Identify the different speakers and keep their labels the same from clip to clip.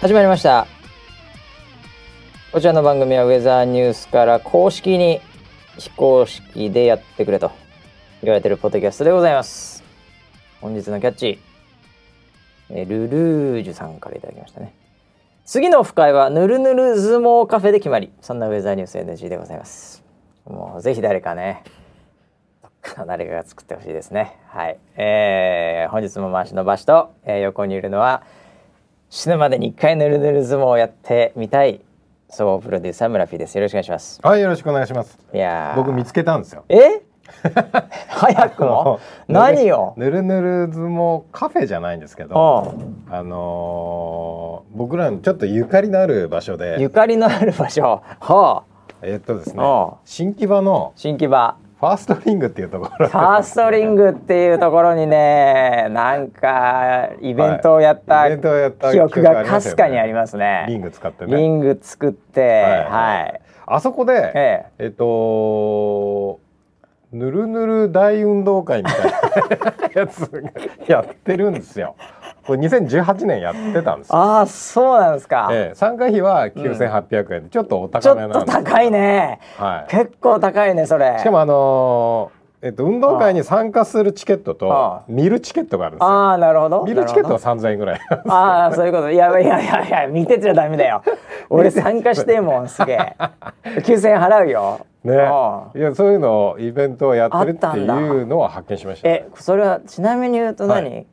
Speaker 1: 始まりましたこちらの番組はウェザーニュースから公式に非公式でやってくれと言われてるポッドキャストでございます本日のキャッチえールルージュさんからいただきましたね次のオフ会はぬるぬる相撲カフェで決まりそんなウェザーニュース NG でございますもうぜひ誰かねどっかの誰かが作ってほしいですねはいえー、本日も回しのばしと、えー横にいるのは死ぬまでに一回ぬるぬる相撲をやってみたい総合プロデューサー村 P ですよろしくお願いします
Speaker 2: はい、よろしくお願いします。
Speaker 1: いやー
Speaker 2: 僕見つけたんですよ。
Speaker 1: え早くも 何を
Speaker 2: ぬるぬる相撲カフェじゃないんですけど、
Speaker 1: う
Speaker 2: あのー僕らのちょっとゆかりのある場所
Speaker 1: んゆ
Speaker 2: で、
Speaker 1: かりのある場所は
Speaker 2: えっとですね
Speaker 1: ああ、
Speaker 2: 新木場の
Speaker 1: 新木場
Speaker 2: ファーストリングっていうところ
Speaker 1: ファーストリングっていうところにねなんかイベントをやっ
Speaker 2: は
Speaker 1: た
Speaker 2: いイベントをやった
Speaker 1: 記憶がかすかに
Speaker 2: 記憶が
Speaker 1: あ
Speaker 2: あ
Speaker 1: り
Speaker 2: り
Speaker 1: ま
Speaker 2: ます
Speaker 1: ね
Speaker 2: リング使って
Speaker 1: リ
Speaker 2: ね。
Speaker 1: ング作って
Speaker 2: はい
Speaker 1: はい
Speaker 2: あそこで、え
Speaker 1: ええ
Speaker 2: っとぬるぬる大運動会みたいなやつがやってるんですよ。これ2018年やってたんですよ
Speaker 1: ああそうなんですか
Speaker 2: ええ、参加費は9800円で、ちょっとお
Speaker 1: ちょ
Speaker 2: 高め
Speaker 1: っ
Speaker 2: な
Speaker 1: と
Speaker 2: んですけど
Speaker 1: 高いね
Speaker 2: はい、
Speaker 1: 結構高いねそれ
Speaker 2: しかもあのーえっと、運動会に参加するチケット
Speaker 1: あ
Speaker 2: と
Speaker 1: あ
Speaker 2: 見るチケットがあるんですよ
Speaker 1: ああなるほど
Speaker 2: 見るチケット
Speaker 1: な
Speaker 2: は
Speaker 1: ほ
Speaker 2: 3000円ぐらい
Speaker 1: どああそういうこといやいやいやいや見てちゃダメだ よ俺参加してえもんすげえ9000円払うよ
Speaker 2: ね
Speaker 1: うん
Speaker 2: いやそういうのをイベントをやってるってい
Speaker 1: あった
Speaker 2: うのは発見しましたね、
Speaker 1: えそれはちなみに言うと何、
Speaker 2: はい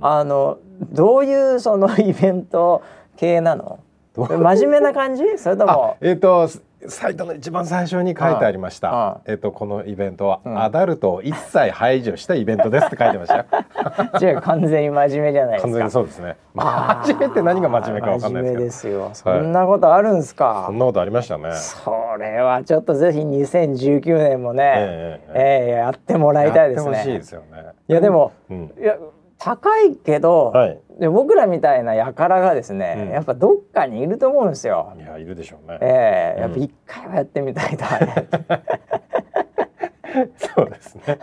Speaker 1: あのどういうそのイベント 系なの
Speaker 2: ど
Speaker 1: 真面目な感じそれと
Speaker 2: あ
Speaker 1: も
Speaker 2: えっ、とサイトの一番最初に書いてありました、
Speaker 1: ああ
Speaker 2: えっとこのイベントは、
Speaker 1: ん
Speaker 2: アダルトを一切排除したイベントですって書いてました よ
Speaker 1: 違う完全に真面目じゃないです
Speaker 2: 完全
Speaker 1: か
Speaker 2: にそうですね
Speaker 1: あ ー
Speaker 2: 真面目って何が真面目かわかんないで
Speaker 1: 真面
Speaker 2: すけ
Speaker 1: 目
Speaker 2: ど
Speaker 1: ですよそんなことあるんすか、
Speaker 2: そんなことありましたね
Speaker 1: それはちょっとぜひ2019年もね、え
Speaker 2: えええ
Speaker 1: えやってもらいたいです
Speaker 2: やってほしい
Speaker 1: ね
Speaker 2: ですよね。
Speaker 1: いやでも、
Speaker 2: うん
Speaker 1: いや高いけど、
Speaker 2: はい
Speaker 1: で僕らみたいな輩がですね、
Speaker 2: うん
Speaker 1: やっぱどっかにいると思うんですよ。
Speaker 2: いやいるでしょうね。
Speaker 1: ええやっぱ
Speaker 2: うん
Speaker 1: 一回はやってみたいとはね、
Speaker 2: そうです ね。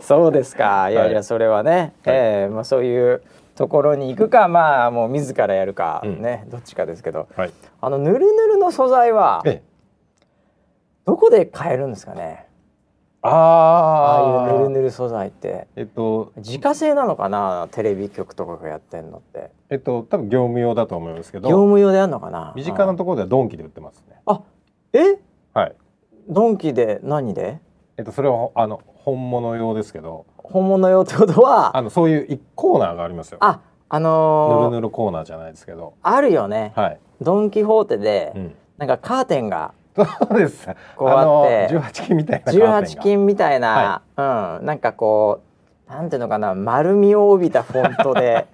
Speaker 1: そうですかいやい
Speaker 2: は
Speaker 1: や
Speaker 2: い
Speaker 1: それはね、ええまあ、そういうところに行くかまあもう自らやるか
Speaker 2: うん
Speaker 1: ね、どっちかですけど
Speaker 2: はい。
Speaker 1: あのぬるぬるの素材は
Speaker 2: え、
Speaker 1: どこで買えるんですかね
Speaker 2: あ
Speaker 1: ああいうぬる
Speaker 2: あ。
Speaker 1: ぬる素材って
Speaker 2: えっと
Speaker 1: 自家製なのかなテレビ局とかがやってんのって
Speaker 2: えっと多分業務用だと思いますけ
Speaker 1: 業
Speaker 2: ど、
Speaker 1: 務用でやるのかな
Speaker 2: 身近なところではドンキで売ってますね。
Speaker 1: あえ
Speaker 2: はい。
Speaker 1: ドンキで何で
Speaker 2: えっとそれはあの本物用ですけど、
Speaker 1: 本物用ってことは
Speaker 2: あのそういう一コーナーがありますよ。
Speaker 1: ああ
Speaker 2: ぬ
Speaker 1: のー
Speaker 2: るぬるコーナーじゃないですけど、
Speaker 1: あるよね、
Speaker 2: はい。
Speaker 1: ドン・キホーテで、
Speaker 2: うん。
Speaker 1: なんかカーテンが
Speaker 2: そうです。あ
Speaker 1: こうあって
Speaker 2: の十八金みたいなカーテンが。
Speaker 1: 18金みたいな、うん、なんかこうなんていうのかな丸みを帯びたフォント で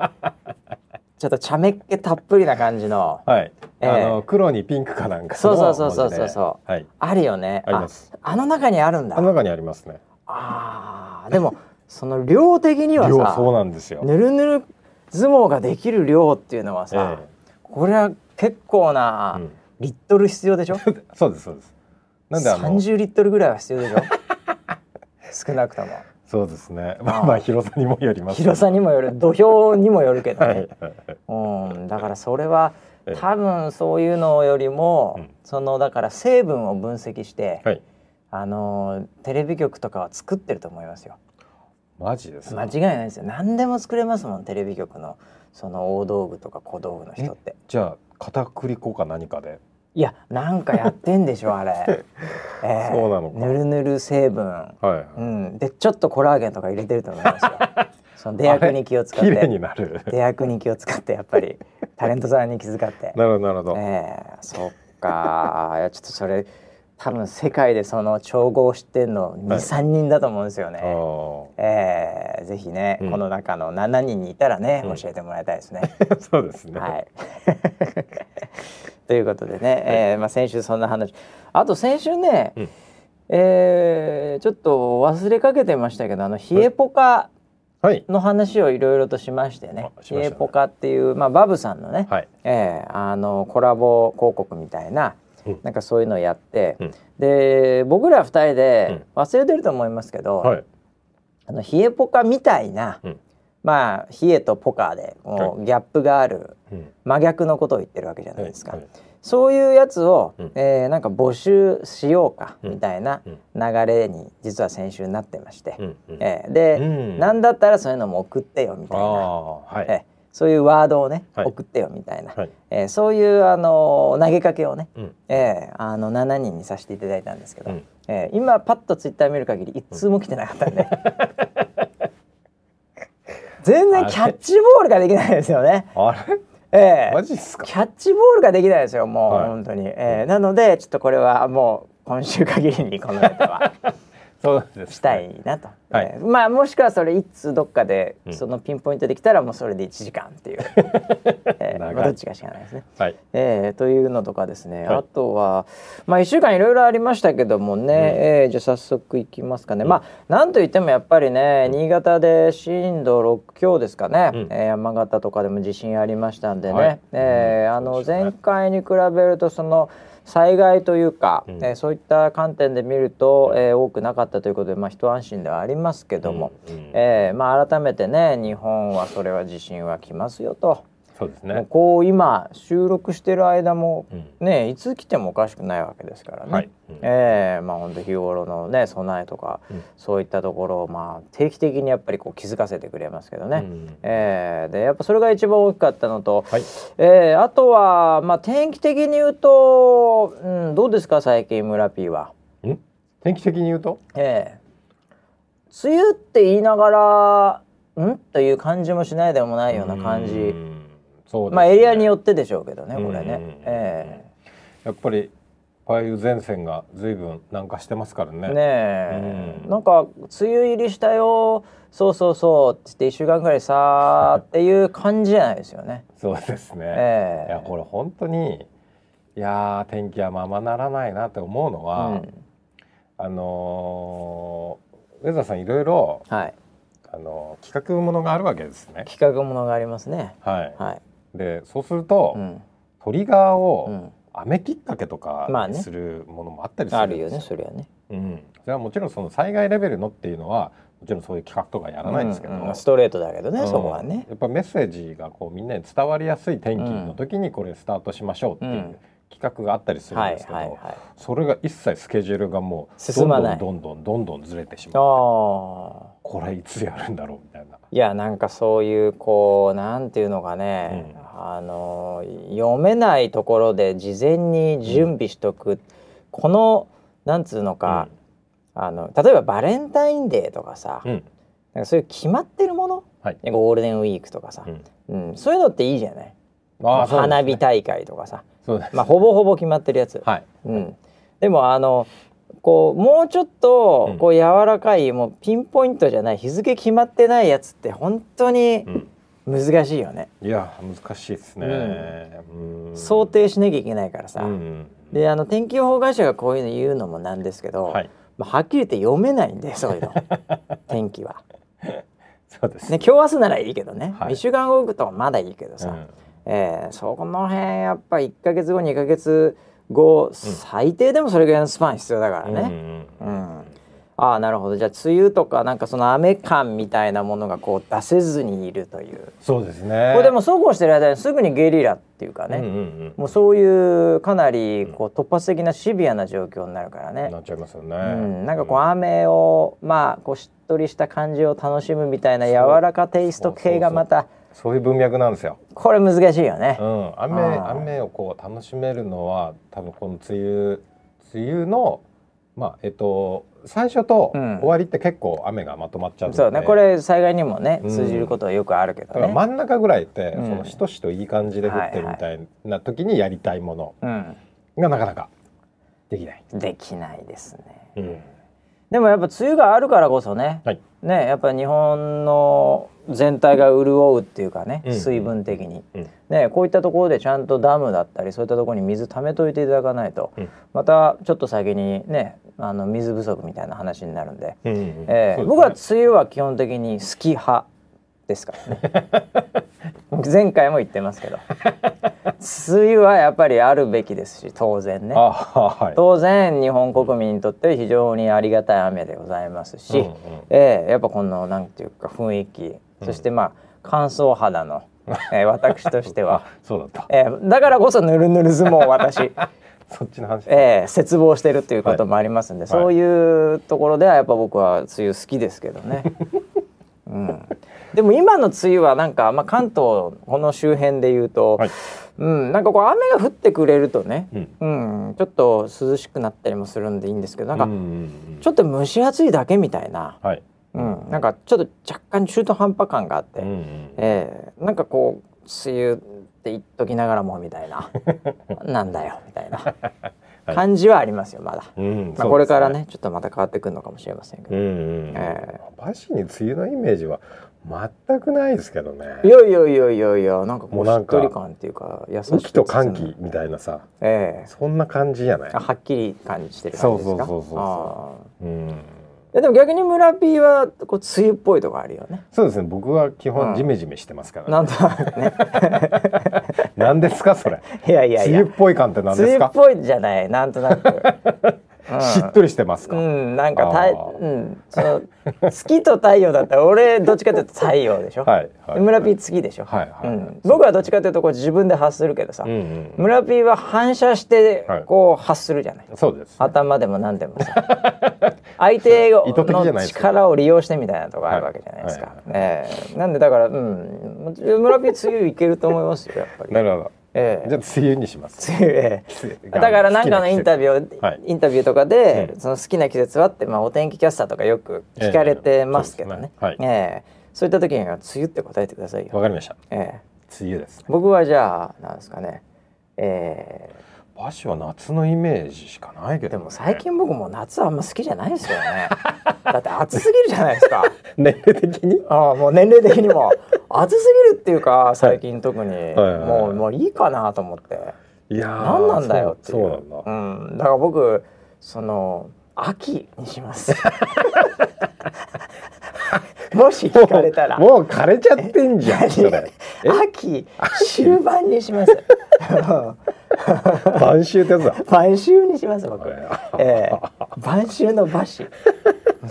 Speaker 1: ちょっと茶目っ気たっぷりな感じの
Speaker 2: はい。
Speaker 1: ええ
Speaker 2: あの黒にピンクかなんかの
Speaker 1: そうそうそうそうそう
Speaker 2: 文字ではい。
Speaker 1: あるよね
Speaker 2: あります
Speaker 1: ああの中にあるんだ
Speaker 2: あの中にありますね。
Speaker 1: あーでもその量的には
Speaker 2: 量そう
Speaker 1: さ
Speaker 2: なんですよ。
Speaker 1: ぬるぬる相撲ができる量っていうのはさ、
Speaker 2: ええ
Speaker 1: これは結構な、
Speaker 2: うん
Speaker 1: リットル必要でしょ
Speaker 2: そうですそうです。なんであの
Speaker 1: 30リットルぐらいは必要 でしょ少なくとも
Speaker 2: そうですね。まあまあ広さにもよりますけど。
Speaker 1: 広さにもよる土俵にもよるけど
Speaker 2: は
Speaker 1: ね
Speaker 2: い、はい
Speaker 1: うん、だからそれは
Speaker 2: ええ
Speaker 1: 多分そういうのよりも、
Speaker 2: うん
Speaker 1: そのだから成分を分析して、
Speaker 2: はい。
Speaker 1: あのーテレビ局とかは作ってると思いますよ
Speaker 2: マジですか。
Speaker 1: 間違いないですよ何でも作れますもんテレビ局のその大道具とか小道具の人って
Speaker 2: じゃあ片栗粉か何かで。
Speaker 1: いやなんかやってんでし ょあれ、ええ
Speaker 2: そうなのか
Speaker 1: ぬるぬる成分
Speaker 2: はいは
Speaker 1: う
Speaker 2: い。
Speaker 1: ん、でちょっとコラーゲンとか入れてると思います よその出役に気を使っ
Speaker 2: 綺麗に
Speaker 1: て
Speaker 2: なる。
Speaker 1: 出役に気を使ってやっぱりタレントさんに気遣って
Speaker 2: なるほどなるほど。
Speaker 1: ええそっかいやちょっとそれ多分世界でその調合知ってんの
Speaker 2: はい
Speaker 1: 23、人だと思うんですよね。ええぜひね、
Speaker 2: うん
Speaker 1: この中の7人にいたらね、
Speaker 2: うん
Speaker 1: 教えてもらいたい ですね。
Speaker 2: ああそうですね。
Speaker 1: はい、ということでね、えーまあ、先週そんな話あと先週ね、
Speaker 2: うん
Speaker 1: えーちょっと忘れかけてましたけどあの冷えポカ
Speaker 2: はい
Speaker 1: の話をいろいろとしましてね
Speaker 2: あしました
Speaker 1: 冷
Speaker 2: ね
Speaker 1: えポカっていう、まあ、バブさんのね、
Speaker 2: はい
Speaker 1: えーあのコラボ広告みたいな。
Speaker 2: うん
Speaker 1: なんかそういうのをやって、
Speaker 2: うん
Speaker 1: で僕ら二人で忘れてると思いますけど、
Speaker 2: はい
Speaker 1: あの冷えポカみたいな、
Speaker 2: うん
Speaker 1: まあ冷えとポカーでこうギャップがある
Speaker 2: うん
Speaker 1: 真逆のことを言ってるわけじゃないですか、
Speaker 2: はいはい
Speaker 1: そういうやつを、
Speaker 2: うん
Speaker 1: えーなんか募集しようか
Speaker 2: うん
Speaker 1: みたいな
Speaker 2: う
Speaker 1: 流
Speaker 2: ん
Speaker 1: れに実は先週なってまして、
Speaker 2: うんうん
Speaker 1: えーで、
Speaker 2: うん
Speaker 1: なんだったらそういうのも送ってよみた
Speaker 2: あ
Speaker 1: いな、
Speaker 2: あはい、
Speaker 1: えーそういうワードをね、
Speaker 2: はい
Speaker 1: 送ってよみたいな、
Speaker 2: はい
Speaker 1: えーそういう、あのー投げかけをね、
Speaker 2: うん
Speaker 1: えーあの7人にさせていただいたんですけど、
Speaker 2: うん
Speaker 1: えー今パッとツイッター見る限り一通も来てなかったん で、全然キャッチボールができないですよね。
Speaker 2: あれ
Speaker 1: えー
Speaker 2: マジっすか
Speaker 1: キャッチボールができないですよもう、
Speaker 2: はい
Speaker 1: 本当に、えーなのでちょっとこれはもう今週限りにこのネタは
Speaker 2: そうなんです
Speaker 1: したいなと、
Speaker 2: はい
Speaker 1: えーまあもしくはそれ一通どっかで、
Speaker 2: うん
Speaker 1: そのピンポイントできたらもうそれで1時間って いう、えー
Speaker 2: 長い
Speaker 1: まあどっちかしかないですね。
Speaker 2: はい
Speaker 1: えーというのとかですね、
Speaker 2: はい
Speaker 1: あとはまあ1週間いろいろありましたけどもね、えーじゃあ早速いきますかね、まあなんといってもやっぱりね新潟で震度6強ですかね、
Speaker 2: うん
Speaker 1: えー山形とかでも地震ありましたんでね、
Speaker 2: はい
Speaker 1: えー
Speaker 2: うん
Speaker 1: あの
Speaker 2: そうですね
Speaker 1: 前回に比べるとその災害というか、
Speaker 2: うん
Speaker 1: えーそういった観点で見ると、えー多くなかったということで、まあ、一安心ではありますけども、
Speaker 2: うんうん
Speaker 1: えーまあ、改めてね日本はそれは地震は来ますよと。
Speaker 2: そうです
Speaker 1: もう
Speaker 2: ね
Speaker 1: こう今収録してる間も
Speaker 2: うん
Speaker 1: ねいつ来てもおかしくないわけですからね、
Speaker 2: はいうん
Speaker 1: ええまあ本当日頃のね備えとか、
Speaker 2: うん
Speaker 1: そういったところをまあ定期的にやっぱりこう気づかせてくれますけどね、
Speaker 2: うん
Speaker 1: ええでやっぱそれが一番大きかったのと、
Speaker 2: はい
Speaker 1: ええあとはまあ天気的に言うと、うん、どうですか最近村 P は。
Speaker 2: ん天気的に言うと
Speaker 1: ええ梅雨って言いながらんという感じもしないでもないような感じ。
Speaker 2: うんそうですね
Speaker 1: まあエリアによってでしょうけどね、
Speaker 2: うん
Speaker 1: これ
Speaker 2: うん
Speaker 1: ね。え
Speaker 2: やっぱり梅雨前線が随分南下してますから
Speaker 1: え
Speaker 2: ね
Speaker 1: ねえ、
Speaker 2: うん
Speaker 1: なんか梅雨入りしたよ、そうそうそうって言って一週間ぐらいさーっていう感じじゃないですよね。
Speaker 2: そうですね、
Speaker 1: え
Speaker 2: い
Speaker 1: え
Speaker 2: やこれ本当にいやー天気はままならないなって思うのは、
Speaker 1: うん
Speaker 2: あのー、上田さんいろいろ、
Speaker 1: はい、
Speaker 2: あのー企画ものがあるわけですね。
Speaker 1: 企画ものがありますね。
Speaker 2: はい、
Speaker 1: はい、
Speaker 2: でそうすると、
Speaker 1: うん、
Speaker 2: トリガー
Speaker 1: う
Speaker 2: を
Speaker 1: ん、
Speaker 2: 雨きっかけとか
Speaker 1: まあ
Speaker 2: に
Speaker 1: ね
Speaker 2: するものもあったりす
Speaker 1: あ
Speaker 2: る
Speaker 1: る
Speaker 2: ん
Speaker 1: よ
Speaker 2: で
Speaker 1: ね、
Speaker 2: すよ。
Speaker 1: それはね。
Speaker 2: うん、それはもちろんその災害レベルのっていうのはもちろんそういう企画とかやらないんですけど、
Speaker 1: うんうんストレートだけどね、
Speaker 2: うん
Speaker 1: そこはね。
Speaker 2: やっぱメッセージがこうみんなに伝わりやすい天気の時にこれスタートしましょうっていううん企画があったりするん
Speaker 1: はい
Speaker 2: ですけど、
Speaker 1: はいはい。
Speaker 2: それが一切スケジュールがもうど
Speaker 1: 進
Speaker 2: ん
Speaker 1: ま
Speaker 2: ど
Speaker 1: ない
Speaker 2: んどんどんどんどんずれてしまう
Speaker 1: ああ。
Speaker 2: これいつやるんだろうみたいない
Speaker 1: やなんかそういうこうなんていうのかね、
Speaker 2: うん
Speaker 1: あの読めないところで事前に準備しとく、このなんつうのか、あの例えばバレンタインデーとかさ、
Speaker 2: うん、うん
Speaker 1: なんかそういう決まってるもの
Speaker 2: はい、
Speaker 1: ゴールデンウィークとかさ
Speaker 2: う、ん、
Speaker 1: うんそういうのっていいじゃない、まあ
Speaker 2: そうです
Speaker 1: 花火大会とかさ、
Speaker 2: そうです、
Speaker 1: まあ、ほぼほぼ決まってるやつ。
Speaker 2: はい
Speaker 1: うん、でもあのこうもうちょっと
Speaker 2: うん
Speaker 1: こう柔らかい、もうピンポイントじゃない日付決まってないやつって本当に
Speaker 2: うん、
Speaker 1: 難しいよね、
Speaker 2: いや難しいですね、うん
Speaker 1: 想定しなきゃいけないからさ、
Speaker 2: うんうんうん
Speaker 1: であの天気予報会社がこういうの言うのもなんですけど、
Speaker 2: はい
Speaker 1: まあ、はっきり言って読めないんでそういう の天気は。
Speaker 2: そうです
Speaker 1: ね今日明日ならいいけどね、
Speaker 2: はい
Speaker 1: 1週間後とまだいいけどさ、えーそこの辺やっぱ1ヶ月後2ヶ月後、最低でもそれぐらいのスパン必要だから
Speaker 2: うん
Speaker 1: ね。
Speaker 2: うん
Speaker 1: うんああなるほどじゃあ梅雨とかなんかその雨感みたいなものがこう出せずにいるという、
Speaker 2: そうですね
Speaker 1: これでもそうこうしてる間にすぐにゲリラっていうかね、
Speaker 2: うんうん
Speaker 1: もうそういうかなりこう突発的なシビアな状況になるから
Speaker 2: うん、
Speaker 1: ね
Speaker 2: な、っちゃいますよね、
Speaker 1: うん、なんかこう雨をまあこうしっとりした感じを楽しむみたいな柔らかテイスト系がまた
Speaker 2: そういう文脈なんですよ
Speaker 1: これ難しいよね
Speaker 2: う。ん、雨
Speaker 1: あー
Speaker 2: 雨をこう楽しめるのは多分この梅雨梅雨のまあえっと最初と
Speaker 1: う
Speaker 2: 終
Speaker 1: ん
Speaker 2: わりって結構雨がまとまっちゃうので、
Speaker 1: そうねこれ災害にもね
Speaker 2: うん
Speaker 1: 通じることはよくあるけ
Speaker 2: だ
Speaker 1: ど
Speaker 2: か
Speaker 1: ね。
Speaker 2: ら真ん中ぐらいって、
Speaker 1: うん
Speaker 2: そのしとしといい感じで降ってるみたいな時にやりたいものがなかなかできない。
Speaker 1: うん、できないですね。
Speaker 2: うん、
Speaker 1: でもやっぱ梅雨があるからこそね、
Speaker 2: はい
Speaker 1: ねやっぱ日本の全体が潤うっていうかね、
Speaker 2: うん
Speaker 1: 水分的に、
Speaker 2: うん
Speaker 1: ねこういったところでちゃんとダムだったりそういったところに水溜めといていただかないと、
Speaker 2: うん
Speaker 1: またちょっと先にねあの水不足みたいな話になるんで、
Speaker 2: うんうん
Speaker 1: えー
Speaker 2: そうですね
Speaker 1: 僕は梅雨は基本的に好き派ですからね 僕前回も言ってますけど梅雨はやっぱりあるべきですし当然ね
Speaker 2: あはい。
Speaker 1: 当然日本国民にとって非常にありがたい雨でございますし、
Speaker 2: うんうん
Speaker 1: ええやっぱこのなんていうか雰囲気そしてまあ乾燥肌の、えー私としては、
Speaker 2: そうだった。
Speaker 1: えーだからこそぬるぬる相撲を 私、
Speaker 2: そっちの話。
Speaker 1: えー絶望してるということもありますんで、
Speaker 2: い
Speaker 1: そういうところではやっぱ僕は梅雨好きですけど ね。うん、でも今の梅雨はなんか、まあ、関東この周辺でいうと、
Speaker 2: はい
Speaker 1: うん、なんかこう雨が降ってくれるとね、
Speaker 2: うん
Speaker 1: うんちょっと涼しくなったりもするんでいいんですけどなんか、
Speaker 2: うんうんうん
Speaker 1: ちょっと蒸し暑いだけみたいな、
Speaker 2: はい。
Speaker 1: うん、なんかちょっと若干中途半端感があって、
Speaker 2: うんうん
Speaker 1: えーなんかこう梅雨って言っときながらもみたい ななんだよみたいな
Speaker 2: はい
Speaker 1: 感じはありますよまだ、
Speaker 2: うん
Speaker 1: まあ、これから。ねちょっとまた変わってくるのかもしれませんけ
Speaker 2: そう
Speaker 1: ど、
Speaker 2: ですうんうんうん。
Speaker 1: え
Speaker 2: バシに梅雨のイメージは全くないですけどね。
Speaker 1: いやいやいやいやいやなんかこ
Speaker 2: も
Speaker 1: う
Speaker 2: う
Speaker 1: し
Speaker 2: なん
Speaker 1: っ
Speaker 2: か
Speaker 1: とり感っていうか優し
Speaker 2: 雨季と寒
Speaker 1: 包む
Speaker 2: 季みたいなさ、
Speaker 1: ええ
Speaker 2: そんな感じじゃない
Speaker 1: あ。はっきり感じてる感じですか
Speaker 2: そうそうそうそうそう
Speaker 1: あー
Speaker 2: うん。
Speaker 1: いやでも逆に村 P はこう梅雨っぽいとこあるよね
Speaker 2: そうですね。僕は基
Speaker 1: うん
Speaker 2: 本ジメジメしてますからね。
Speaker 1: なんとなくね
Speaker 2: なんですかそれ。
Speaker 1: いやいやい
Speaker 2: 梅
Speaker 1: や
Speaker 2: 雨っぽい感って何で
Speaker 1: 梅
Speaker 2: す
Speaker 1: 雨っ
Speaker 2: か。
Speaker 1: ぽいじゃないなんとなく、うん
Speaker 2: しっとりしてます
Speaker 1: う
Speaker 2: か。
Speaker 1: ん、なんかたい
Speaker 2: あー
Speaker 1: うん、その月と太陽だったら俺どっちかというと太陽でしょ、
Speaker 2: はいはい
Speaker 1: 村ピー月でしょ、
Speaker 2: はいはい
Speaker 1: うん、僕はどっちかというとこう自分で発するけどさ、
Speaker 2: うんうん。
Speaker 1: 村ピーは反射して
Speaker 2: はい
Speaker 1: こう発するじゃない、
Speaker 2: そうです。
Speaker 1: 頭でも何でもさ 相手の
Speaker 2: 意図的じゃないですか
Speaker 1: 力を利用してみたいなとこあるわけじゃないですか、ええなんでだからうん村ピー梅雨いけると思いますよやっぱり、
Speaker 2: なるほど。
Speaker 1: ええ
Speaker 2: じゃあ梅雨にします。
Speaker 1: 梅雨 ええだからなんかのインタビュー、
Speaker 2: はい
Speaker 1: インタビューとかで、
Speaker 2: うん
Speaker 1: その好きな季節はって、まあ、お天気キャスターとかよく聞かれてますけどね,、
Speaker 2: ええそうです
Speaker 1: ええそういった時には「梅雨」って答えてくださいよ。
Speaker 2: わかりました。
Speaker 1: ええ
Speaker 2: 梅雨ですね。
Speaker 1: 僕はじゃあなんですかね、え
Speaker 2: バシは夏のイメージしかないけ
Speaker 1: え
Speaker 2: ど、
Speaker 1: でも最近僕もう夏あんま好きじゃないですよ ね。だって暑すぎるじゃないですか。
Speaker 2: 年齢的に
Speaker 1: ああもう年齢的にも暑すぎるっていうか最近特に、
Speaker 2: はいはい
Speaker 1: もうもういいかなと思って。
Speaker 2: いやー
Speaker 1: 何なんだよっていう
Speaker 2: そうそうなんだ、
Speaker 1: うん、だから僕その秋にします もし聞かれたら
Speaker 2: もうもう枯れちゃってんじゃんそれえ
Speaker 1: 秋終盤にします
Speaker 2: 晩秋ってやつだ
Speaker 1: 晩秋にします僕、
Speaker 2: は
Speaker 1: ええ晩秋の馬子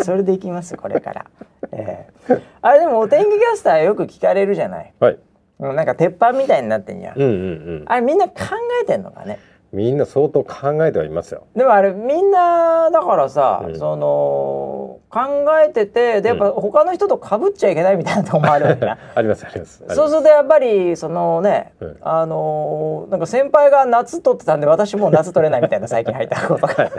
Speaker 1: それでいきますこれから、ええあれでもお天気キャスターよく聞かれるじゃない
Speaker 2: はい
Speaker 1: うんなんか鉄板みたいになってんじゃん、
Speaker 2: うんうんうん
Speaker 1: あれみんな考えてんのかね
Speaker 2: みんな相当考えてはいますよ
Speaker 1: でもあれみんなだからさ、
Speaker 2: うん
Speaker 1: その考えててでやっぱ
Speaker 2: う
Speaker 1: 他の人と被っちゃいけないみたいなとこもあるわけだ
Speaker 2: ありますありますあります
Speaker 1: そうするとやっぱりそのね、
Speaker 2: うん
Speaker 1: あのーなんか先輩が夏取ってたんで私もう夏取れないみたいな最近入ったことが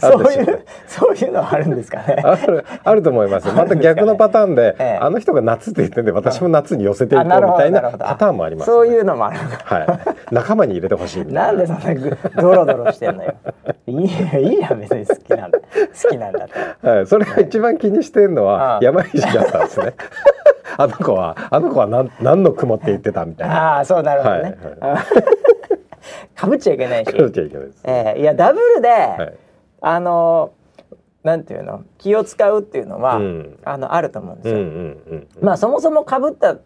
Speaker 1: そうい
Speaker 2: あるでしょ
Speaker 1: うそういうのはあるんですかね。
Speaker 2: あるあると思い ますよまた逆のパターンで、
Speaker 1: ええ
Speaker 2: あの人が夏って言 ってんで私も夏に寄せていこ
Speaker 1: あ
Speaker 2: うみたいな
Speaker 1: るほどるほど
Speaker 2: パターンもあります、
Speaker 1: そういううのもあるのか
Speaker 2: はい 仲間に入れてほしいみたいな
Speaker 1: なんでそんなぐドロドロしてんのよ。いいいいや別に好きなんだ好きなんだって。
Speaker 2: はい、それが一番気にしてるの
Speaker 1: あ
Speaker 2: は
Speaker 1: あ
Speaker 2: 山岸だったんで すね。あの子はあの子は何何の雲って言ってたみたいな。
Speaker 1: ああそうなるほどね。か ぶっちゃいけないし。
Speaker 2: 彼女はいけないです。
Speaker 1: えーいやダブルで、
Speaker 2: はい
Speaker 1: あのーなんていうの気を使うっていうのは、
Speaker 2: うん
Speaker 1: あのあると思うんです
Speaker 2: うんう
Speaker 1: よ。
Speaker 2: んうん。
Speaker 1: まあそもそもかぶった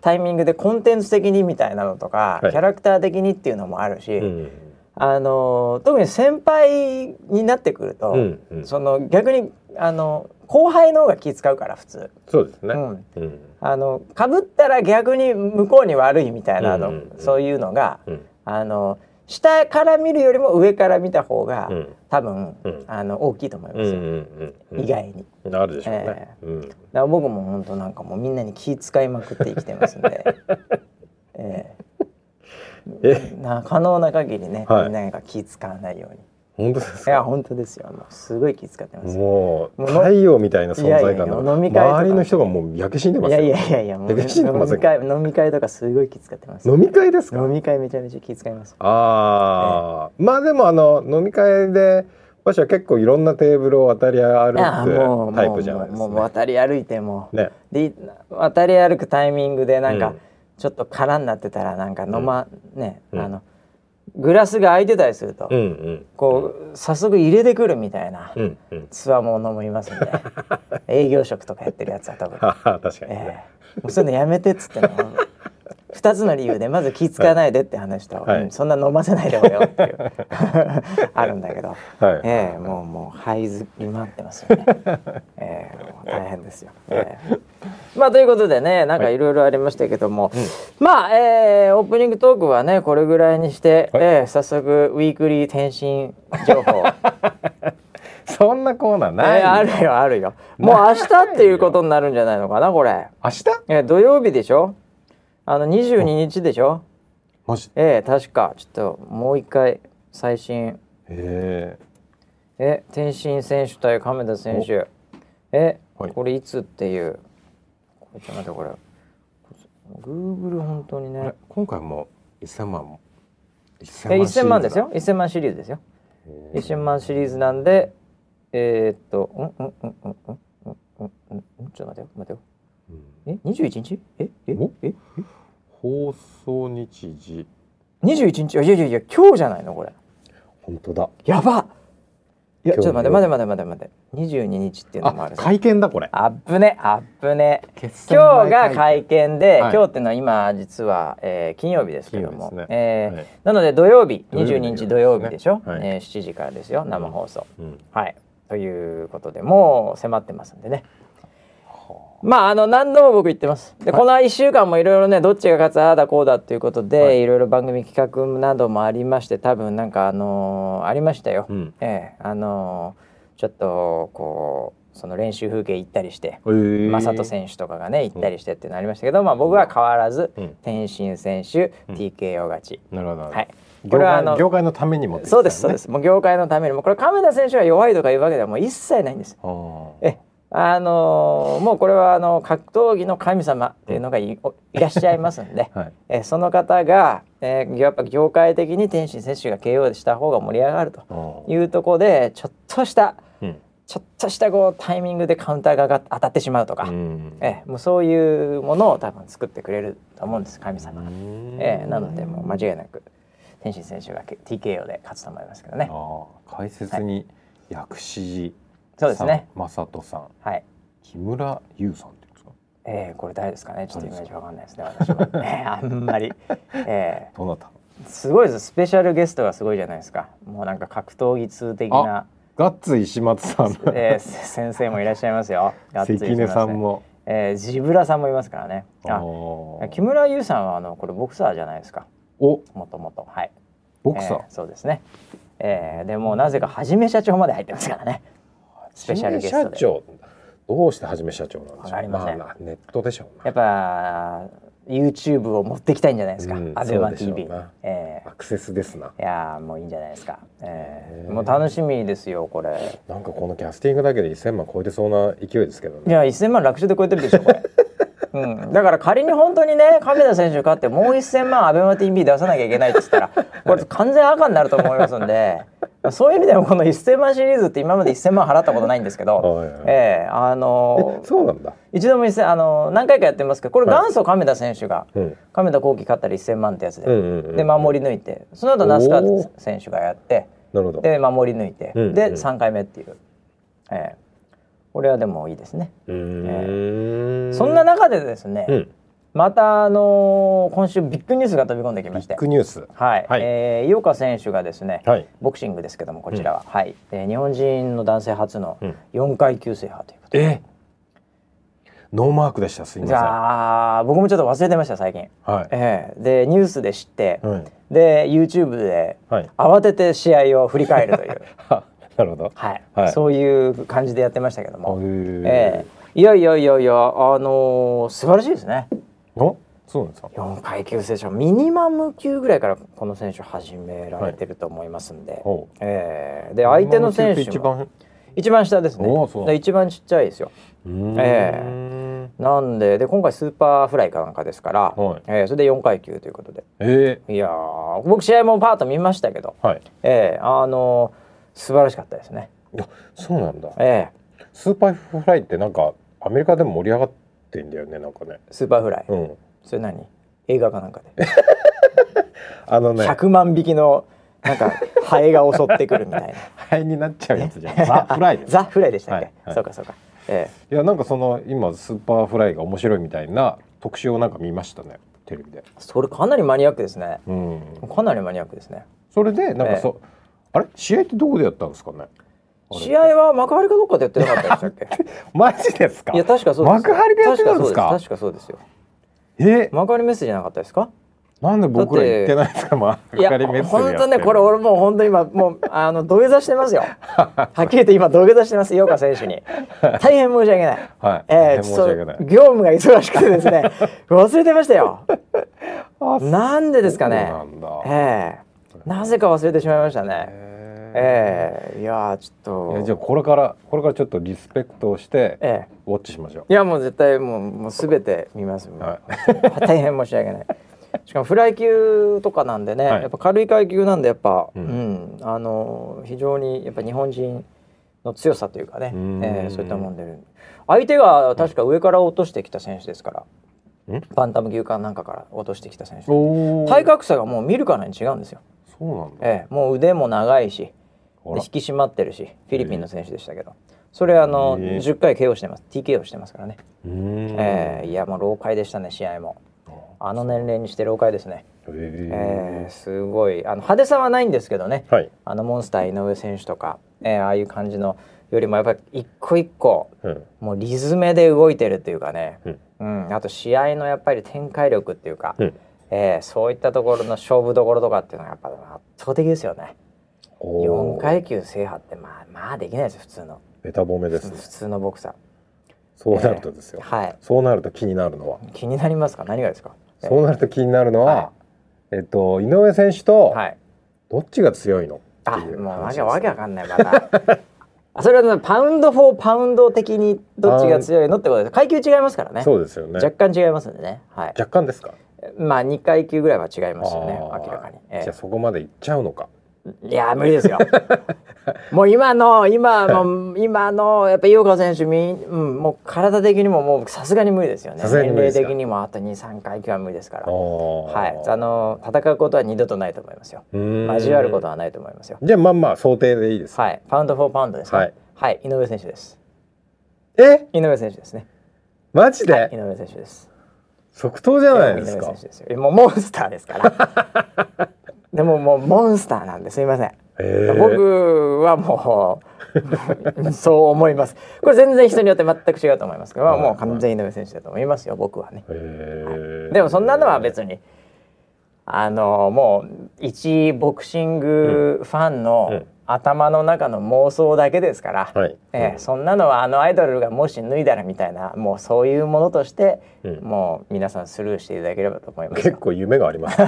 Speaker 1: タイミングでコンテンツ的にみたいなのとか、
Speaker 2: はい
Speaker 1: キャラクター的にっていうのもあるし、
Speaker 2: うん
Speaker 1: あのー特に先輩になってくると、
Speaker 2: うんうん。
Speaker 1: その逆にあの後輩の方が気使うから普通。
Speaker 2: そうですね。
Speaker 1: うん
Speaker 2: うん
Speaker 1: あのかぶったら逆に向こうに悪いみたいなの、
Speaker 2: うんうんうん
Speaker 1: そういうのが、
Speaker 2: うん
Speaker 1: あの下から見るよりも上から見た方が、
Speaker 2: うん
Speaker 1: 多分、
Speaker 2: うん
Speaker 1: あの大きいと思いま
Speaker 2: う
Speaker 1: す
Speaker 2: ん
Speaker 1: よ、
Speaker 2: うんうん。
Speaker 1: 意外に。
Speaker 2: にあるでしょうね。うん。
Speaker 1: だから僕も本当なんかもうみんなに気使いまくって生きてますんで、 え
Speaker 2: え
Speaker 1: えな可能な限りね、
Speaker 2: はい
Speaker 1: みんなが気使わないように
Speaker 2: 本当です
Speaker 1: いや
Speaker 2: か。
Speaker 1: 本当ですよもうすごい気使ってますよ
Speaker 2: もう
Speaker 1: もう
Speaker 2: 太陽みたいな存在
Speaker 1: いや
Speaker 2: 感の
Speaker 1: いや飲み会とか
Speaker 2: 周りの人がもう焼け死んでま
Speaker 1: い
Speaker 2: す
Speaker 1: や
Speaker 2: よ。
Speaker 1: いやいやいやもう飲
Speaker 2: 逆に信じてません
Speaker 1: み会飲み会とかすごい気使ってます
Speaker 2: 飲み会ですか。
Speaker 1: 飲み会めちゃめちゃ気使います
Speaker 2: ああ、まあでもあの飲み会で私は結構いろんなテーブルを渡り歩
Speaker 1: ああもう
Speaker 2: くタイプじゃないです
Speaker 1: もうもう
Speaker 2: か、
Speaker 1: 渡り歩いても
Speaker 2: ね。
Speaker 1: で渡り歩くタイミングでなんか、
Speaker 2: うん
Speaker 1: ちょっと空になってたらなんか飲ま、ね、
Speaker 2: うん
Speaker 1: あのグラスが空いてたりすると、
Speaker 2: うんうん
Speaker 1: こう早速入れてくるみたいな
Speaker 2: うんうん。
Speaker 1: つわものもいます んで営業職とかやってるやつは特に、
Speaker 2: はは確かに
Speaker 1: え
Speaker 2: ね。
Speaker 1: えもうそういうのやめてっつっての2つの理由でまず気使わないでって話と、
Speaker 2: はい
Speaker 1: うんそんな飲ませないでおよっていう あるんだけど。
Speaker 2: はい。
Speaker 1: ええもうもう這いずり回ってますよね。ええも大変ですよ。ええまあということでねなんかいろいろありましたけども、まあ、えーオープニングトークはねこれぐらいにして、
Speaker 2: はい
Speaker 1: えー早速ウィークリー転身情 報、
Speaker 2: そんなコーナー
Speaker 1: え
Speaker 2: ない
Speaker 1: ーあ
Speaker 2: よ、
Speaker 1: るよあるよもう明日っていうことになるんじゃないのかなこれ、
Speaker 2: 明日
Speaker 1: えー土曜日でしょあの22日でしょ、
Speaker 2: マジ
Speaker 1: ええ確かちょっともう一回最新
Speaker 2: え
Speaker 1: え天心選手対亀田選手え、
Speaker 2: はい
Speaker 1: これいつっていうこれちょっと待ってこれ Google 本当に
Speaker 2: え
Speaker 1: ね
Speaker 2: 今回も1000万も1000
Speaker 1: え1000万です
Speaker 2: よ
Speaker 1: よ1000万シリーズですよ
Speaker 2: え
Speaker 1: 1000万シリーズなんでえー、っとうんうんうんうんうんうんうんうんちょっと待ってよ待ってよえ二21日ええ
Speaker 2: お
Speaker 1: え
Speaker 2: 放送日時
Speaker 1: 21日あいやいやいや今日じゃないのこれ
Speaker 2: 本当だ
Speaker 1: やばいやちょ
Speaker 2: 今
Speaker 1: っ
Speaker 2: 日
Speaker 1: と待って待って待って待って待って22日っていうのもあ
Speaker 2: あ
Speaker 1: る
Speaker 2: 会見だこれ
Speaker 1: あっぶねあっぶね
Speaker 2: 決戦
Speaker 1: 今日が
Speaker 2: 前
Speaker 1: 会見で、
Speaker 2: はい
Speaker 1: 今日っていうのは今実は、えー金曜日ですけども、
Speaker 2: 金曜日ですね
Speaker 1: えー
Speaker 2: はい
Speaker 1: なので土曜日
Speaker 2: 土曜日
Speaker 1: 22日土曜日でしょ、
Speaker 2: ねはい
Speaker 1: えー7時からですよ生放送、
Speaker 2: うん
Speaker 1: はいということでもう迫ってますんでねまああの何度も僕言ってますで、
Speaker 2: はい
Speaker 1: この1週間もいろいろねどっちが勝つああだこうだということで、
Speaker 2: はい
Speaker 1: い、ろいろ番組企画などもありまして多分なんかあのーありましたよ、
Speaker 2: うん
Speaker 1: ええあのーちょっとこうその練習風景行ったりして、
Speaker 2: えー
Speaker 1: 正人選手とかがね行ったりしてってなりましたけど、まあ、僕は変わらず、
Speaker 2: うん
Speaker 1: 天心選手、
Speaker 2: うん
Speaker 1: TKO 勝ち、
Speaker 2: なるほど、
Speaker 1: はいこ
Speaker 2: 業
Speaker 1: れはあ
Speaker 2: 界
Speaker 1: の
Speaker 2: 業界のためにも
Speaker 1: そうですそうですすもう業界のためにもこれ亀田選手が弱いとかいうわけではもう一切ないんです
Speaker 2: あー
Speaker 1: えあのーもうこれはあの格闘技の神様っていうのがいおいらっしゃいますんで
Speaker 2: はい
Speaker 1: えその方が、えーやっぱ業界的に天心選手が KO した方が盛り上がると
Speaker 2: あー
Speaker 1: いうところでちょっとした
Speaker 2: うん
Speaker 1: ちょっとしたこうタイミングでカウンターがが当たってしまうとか、
Speaker 2: うん
Speaker 1: ええ、もうそういうものを多分作ってくれると思うんです神様が、
Speaker 2: うん
Speaker 1: ええ、なのでもう間違いなく天心選手が K- TKO で勝つと思いますけどね
Speaker 2: ああ解説に薬師寺
Speaker 1: そうですね
Speaker 2: さん正人さん
Speaker 1: はい、
Speaker 2: 木村優さんっていうんですか
Speaker 1: ええ、これ誰ですかねちょっといまいち
Speaker 2: 誰ですか
Speaker 1: わかんないですね私は、ええあんまり、え
Speaker 2: どなた
Speaker 1: え、すごいですスペシャルゲストがすごいじゃないですかもうなんか格闘技通的な、
Speaker 2: ガッツ石松さん
Speaker 1: ええ、せ先生もいらっしゃいますよがっつり
Speaker 2: 関根さんも
Speaker 1: ええ、ジブラさんもいますからね
Speaker 2: あ
Speaker 1: あ
Speaker 2: ー
Speaker 1: 木村優さんはあのこれボクサーじゃないですか
Speaker 2: お
Speaker 1: もともとはい
Speaker 2: ボクサー
Speaker 1: えーそうですね、えーでもうなぜかはじめ社長まで入ってますからねスペシャルゲストで
Speaker 2: はじめ社長どうしてはじめ社長なんでしょう
Speaker 1: わかりません
Speaker 2: あなネットでしょう
Speaker 1: や
Speaker 2: な
Speaker 1: っぱ YouTube を持ってきたいんじゃないですか、
Speaker 2: うん
Speaker 1: アベマ
Speaker 2: そうでし
Speaker 1: TV
Speaker 2: ょうな、
Speaker 1: え
Speaker 2: アクセスですな
Speaker 1: ーいやーもういいんじゃないですか、えー
Speaker 2: へー
Speaker 1: もう楽しみですよこれ
Speaker 2: なんかこのキャスティングだけで1000万超えてそうな勢いですけど
Speaker 1: い
Speaker 2: ね
Speaker 1: や1000万楽勝で超えてるでしょこ れうん、だから仮に本当にね亀田選手勝ってもう1000万アベマ TV 出さなきゃいけないって言ったらこれ完全赤になると思いますんでそういう意味でもこの1000万シリーズって今まで1000万払ったことないんですけど、
Speaker 2: はいはい
Speaker 1: ええあの
Speaker 2: えそうなんだ
Speaker 1: 一度も一戦あの何回かやってますけどこれ元祖亀田選手が、
Speaker 2: うん
Speaker 1: 亀田光輝勝ったら1000万ってやつで、
Speaker 2: うんうんうん
Speaker 1: で守り抜いてその後那須
Speaker 2: お
Speaker 1: 川
Speaker 2: ー
Speaker 1: 選手がやって
Speaker 2: なるほど
Speaker 1: で守り抜いて、
Speaker 2: うんうん
Speaker 1: で3回目っていう、ええこれはでもいいですね、
Speaker 2: うーん
Speaker 1: そんな中でですね、
Speaker 2: うん
Speaker 1: またあのー今週ビッグニュースが飛び込んできま
Speaker 2: ビ
Speaker 1: して
Speaker 2: ッグニュース
Speaker 1: はい、
Speaker 2: はい
Speaker 1: えー井岡選手がですね、
Speaker 2: はい
Speaker 1: ボクシングですけどもこちらは、はい、えー日本人の男性初の
Speaker 2: うん
Speaker 1: 4階級制覇ということで、
Speaker 2: えノーマークでしたすいま
Speaker 1: じ
Speaker 2: せんは
Speaker 1: ゃあ僕もちょっと忘れてました最近。
Speaker 2: い
Speaker 1: ええでニュースで知って、
Speaker 2: はい
Speaker 1: で YouTube で
Speaker 2: はい
Speaker 1: 慌てて試合を振り返ると いう、
Speaker 2: は なるほど
Speaker 1: はい
Speaker 2: はい
Speaker 1: そういう感じでやってましたけども、ええ
Speaker 2: え
Speaker 1: いやいやいやいやあのー素晴らしいですね
Speaker 2: おそうなんですか
Speaker 1: 4階級制勝ミニマム級ぐらいからこの選手始められてると思いますんで、
Speaker 2: ほう
Speaker 1: ええで相手の選手も
Speaker 2: 一番
Speaker 1: 一番下ですね
Speaker 2: おーそう
Speaker 1: で一番ちっちゃいですよ
Speaker 2: うーん
Speaker 1: えなんでで今回スーパーフライかなんかですから、
Speaker 2: はい
Speaker 1: ええそれで4階級ということで
Speaker 2: え
Speaker 1: いやー僕試合もパート見ましたけど
Speaker 2: ーはい
Speaker 1: ええあの素晴らしかったですね。
Speaker 2: いやそうなんだ
Speaker 1: ええ
Speaker 2: スーパーフライってなんかアメリカでも盛り上がってんだよねなんかね
Speaker 1: スーパーフライ。
Speaker 2: うん
Speaker 1: それ何？映画かなんかで。
Speaker 2: あのね
Speaker 1: 100万匹のなんかハエが襲ってくるみたい
Speaker 2: ハエになっちゃうやつ じゃん
Speaker 1: な。
Speaker 2: ザ・フライ
Speaker 1: あ
Speaker 2: です
Speaker 1: ザフライでしたっけ？
Speaker 2: はいはい
Speaker 1: そうかそうか。ええ
Speaker 2: いやなんかその今スーパーフライが面白いみたいな特集をなんか見ましたねテレビで
Speaker 1: それかなりマニアックですね。
Speaker 2: うん
Speaker 1: かなりマニアックですね。
Speaker 2: それでなんかそ、あれ試合ってどこでやったんですかね俺
Speaker 1: 試合は幕張かどっかでやってなかったでした っけ
Speaker 2: マジですか
Speaker 1: いや確かそうです
Speaker 2: 幕張でやってたんですか
Speaker 1: 確かそうです確かそうですよ
Speaker 2: え
Speaker 1: 幕張メッセじゃなかったですか
Speaker 2: なんで僕ら行ってないんですか幕
Speaker 1: いや
Speaker 2: 張メッセでやってる
Speaker 1: 本当ねこれ俺もう本当今もうあの土下座してます よはっきり言って今土下座してます井岡選手に大変申し訳ない
Speaker 2: はい、
Speaker 1: えー、
Speaker 2: 申
Speaker 1: ち
Speaker 2: し
Speaker 1: ょ
Speaker 2: 訳
Speaker 1: っ
Speaker 2: ない
Speaker 1: と業務が忙しくてですね忘れてましたよ
Speaker 2: あ
Speaker 1: なんでですかね
Speaker 2: そうなんだ
Speaker 1: ええなぜか忘れてしまいましたね
Speaker 2: え
Speaker 1: ええいやーちょっと
Speaker 2: じゃあこれからこれからちょっとリスペクトをして、
Speaker 1: ええ
Speaker 2: ウォッチしましょ
Speaker 1: いやもう絶対もうもうすべて見ます、もう
Speaker 2: は
Speaker 1: 大変申し訳ないしかもフライ級とかなんでね、
Speaker 2: はい
Speaker 1: やっぱ軽い階級なんでやっぱ、う
Speaker 2: うん
Speaker 1: んあの非常にやっぱ日本人の強さというかね
Speaker 2: うーん
Speaker 1: ええそういったもんでる相手が確か上から落としてきた選手ですから
Speaker 2: ん
Speaker 1: バンタム級かなんかから落としてきた選手
Speaker 2: うおお
Speaker 1: 体格差がもう見るからに違うんですよ、
Speaker 2: そうなんだ、
Speaker 1: ええ、もう腕も長いし
Speaker 2: あ
Speaker 1: で
Speaker 2: ら
Speaker 1: 引き締まってるしフィリピンの選手でしたけど、それあの、
Speaker 2: ええ
Speaker 1: 10回 KO してます TKO してますからね、
Speaker 2: うーん
Speaker 1: ええいやもう老快でしたね試合も
Speaker 2: あ
Speaker 1: あの年齢にして老快ですね、
Speaker 2: え
Speaker 1: ええ
Speaker 2: え
Speaker 1: すごいあの派手さはないんですけどね、
Speaker 2: はい
Speaker 1: あのモンスター井上選手とか、ええああいう感じのよりもやっぱり一個一個
Speaker 2: うん
Speaker 1: もうリズムで動いてるっていうかね、
Speaker 2: うん
Speaker 1: うん、あと試合のやっぱり展開力っていうか、
Speaker 2: うん
Speaker 1: ええそういったところの勝負どころとかっていうのはやっぱ圧倒的ですよね。
Speaker 2: おー
Speaker 1: 4階級制覇ってまあまあできないですよ普通の
Speaker 2: ベタ褒めですね
Speaker 1: 普通のボクサ
Speaker 2: そうなるとですよ、
Speaker 1: はい
Speaker 2: そうなると気になるのは、
Speaker 1: ー気になりますか何がですかえ
Speaker 2: そうなると気になるのは、えっと井上選手と
Speaker 1: はい
Speaker 2: どっちが強いのって
Speaker 1: あ
Speaker 2: いう
Speaker 1: もうわ
Speaker 2: 話です
Speaker 1: けわけわかんないまた あそれはパウンド・フォー・パウンド的にどっちが強いのってことです階級違いますからね
Speaker 2: そうですよね
Speaker 1: 若干違いますんでねはい
Speaker 2: 若干ですか
Speaker 1: まあ2階級ぐらいは違いますよね
Speaker 2: あー
Speaker 1: 明らかに、え
Speaker 2: じゃあそこまで行っちゃうのか
Speaker 1: えいや無理です よもう今の今の、今のやっぱ井岡選手み、うん、もう体的にももうさすがに無理ですよね
Speaker 2: さすがに
Speaker 1: 年
Speaker 2: 無理
Speaker 1: 齢
Speaker 2: ですか
Speaker 1: 的にもあと23階級は無理ですからは、
Speaker 2: はい
Speaker 1: あの戦うことは二度とないと思いますよ。交
Speaker 2: 交
Speaker 1: わることはないと思いますよ。
Speaker 2: じゃあまあまあ想定でいいです、
Speaker 1: はい、パウンドフォーパウンドですね。は
Speaker 2: はいい、
Speaker 1: 井上選手です。
Speaker 2: え
Speaker 1: 井上選手ですね。
Speaker 2: マジで、
Speaker 1: 井上選手です。
Speaker 2: 即答じゃないです
Speaker 1: 井上
Speaker 2: か
Speaker 1: 選手ですよ。もうモンスターですから。 でももうモンスターなんですいません。
Speaker 2: えー
Speaker 1: 僕はもうそう思います。これ全然人によって全く違うと思いますけど、
Speaker 2: はい
Speaker 1: もう完全に井上選手だと思いますよ。僕はね。
Speaker 2: えー
Speaker 1: でもそんなのは別にあのもう一ボクシングファン
Speaker 2: う
Speaker 1: の
Speaker 2: ん
Speaker 1: 頭の中の妄想だけですから、
Speaker 2: はい
Speaker 1: ええそんなのはあのアイドルがもし脱いだらみたいなもうそういうものとして、
Speaker 2: うん
Speaker 1: もう皆さんスルーしていただければと思います
Speaker 2: 結
Speaker 1: よ。
Speaker 2: 構夢があります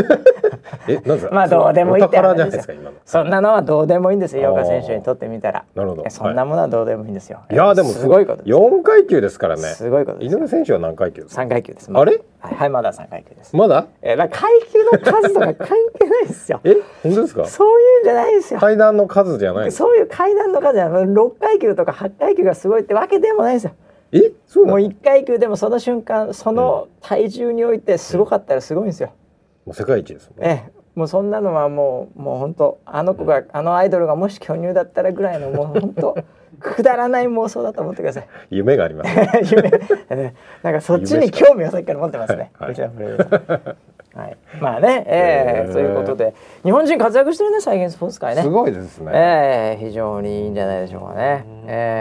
Speaker 2: えなんですか
Speaker 1: まあどうでもいい
Speaker 2: お
Speaker 1: って話
Speaker 2: 宝じゃない
Speaker 1: で
Speaker 2: で
Speaker 1: す
Speaker 2: すか
Speaker 1: よ
Speaker 2: 今の
Speaker 1: そんなのはどうでもいいんですよ、
Speaker 2: あー
Speaker 1: 岡選手にとってみたら。
Speaker 2: なるほど
Speaker 1: えそんなものはどうでもいいんですよ。
Speaker 2: いやーでも
Speaker 1: すごいことです。
Speaker 2: 4階級ですからね
Speaker 1: すごいことで
Speaker 2: 井
Speaker 1: すよ。
Speaker 2: 上選手は何階級ですか
Speaker 1: 三階級です。
Speaker 2: あれ
Speaker 1: はい、はいまだ三階級です。
Speaker 2: まだ
Speaker 1: えー、だから階級の数とか関係ないですよ。
Speaker 2: え本当ですか
Speaker 1: そういうんじゃないですよ。
Speaker 2: 階段の数じゃない
Speaker 1: そういう階段とかじゃ6階級とか8階級がすごいってわけでもないですよ。
Speaker 2: えそうな
Speaker 1: もう
Speaker 2: のも
Speaker 1: 1階級でもその瞬間その体重においてすごかったらすごいんですよ。
Speaker 2: う世界一ですもんね
Speaker 1: ええ、もうそんなのはもうもう本当あの子があのアイドルがもし巨乳だったらぐらいのもう本 当くだらない妄想だと思ってください。
Speaker 2: 夢がありますね
Speaker 1: 夢ええなんかそっちに興味をさっきから持ってますね。
Speaker 2: はいはいう
Speaker 1: ちのプロデューサーはい、まあね、ええ
Speaker 2: へえ
Speaker 1: ということで日本人活躍してるね再現スポーツ界ね。
Speaker 2: すごいですね
Speaker 1: ええ非常にいいんじゃないでしょうかね。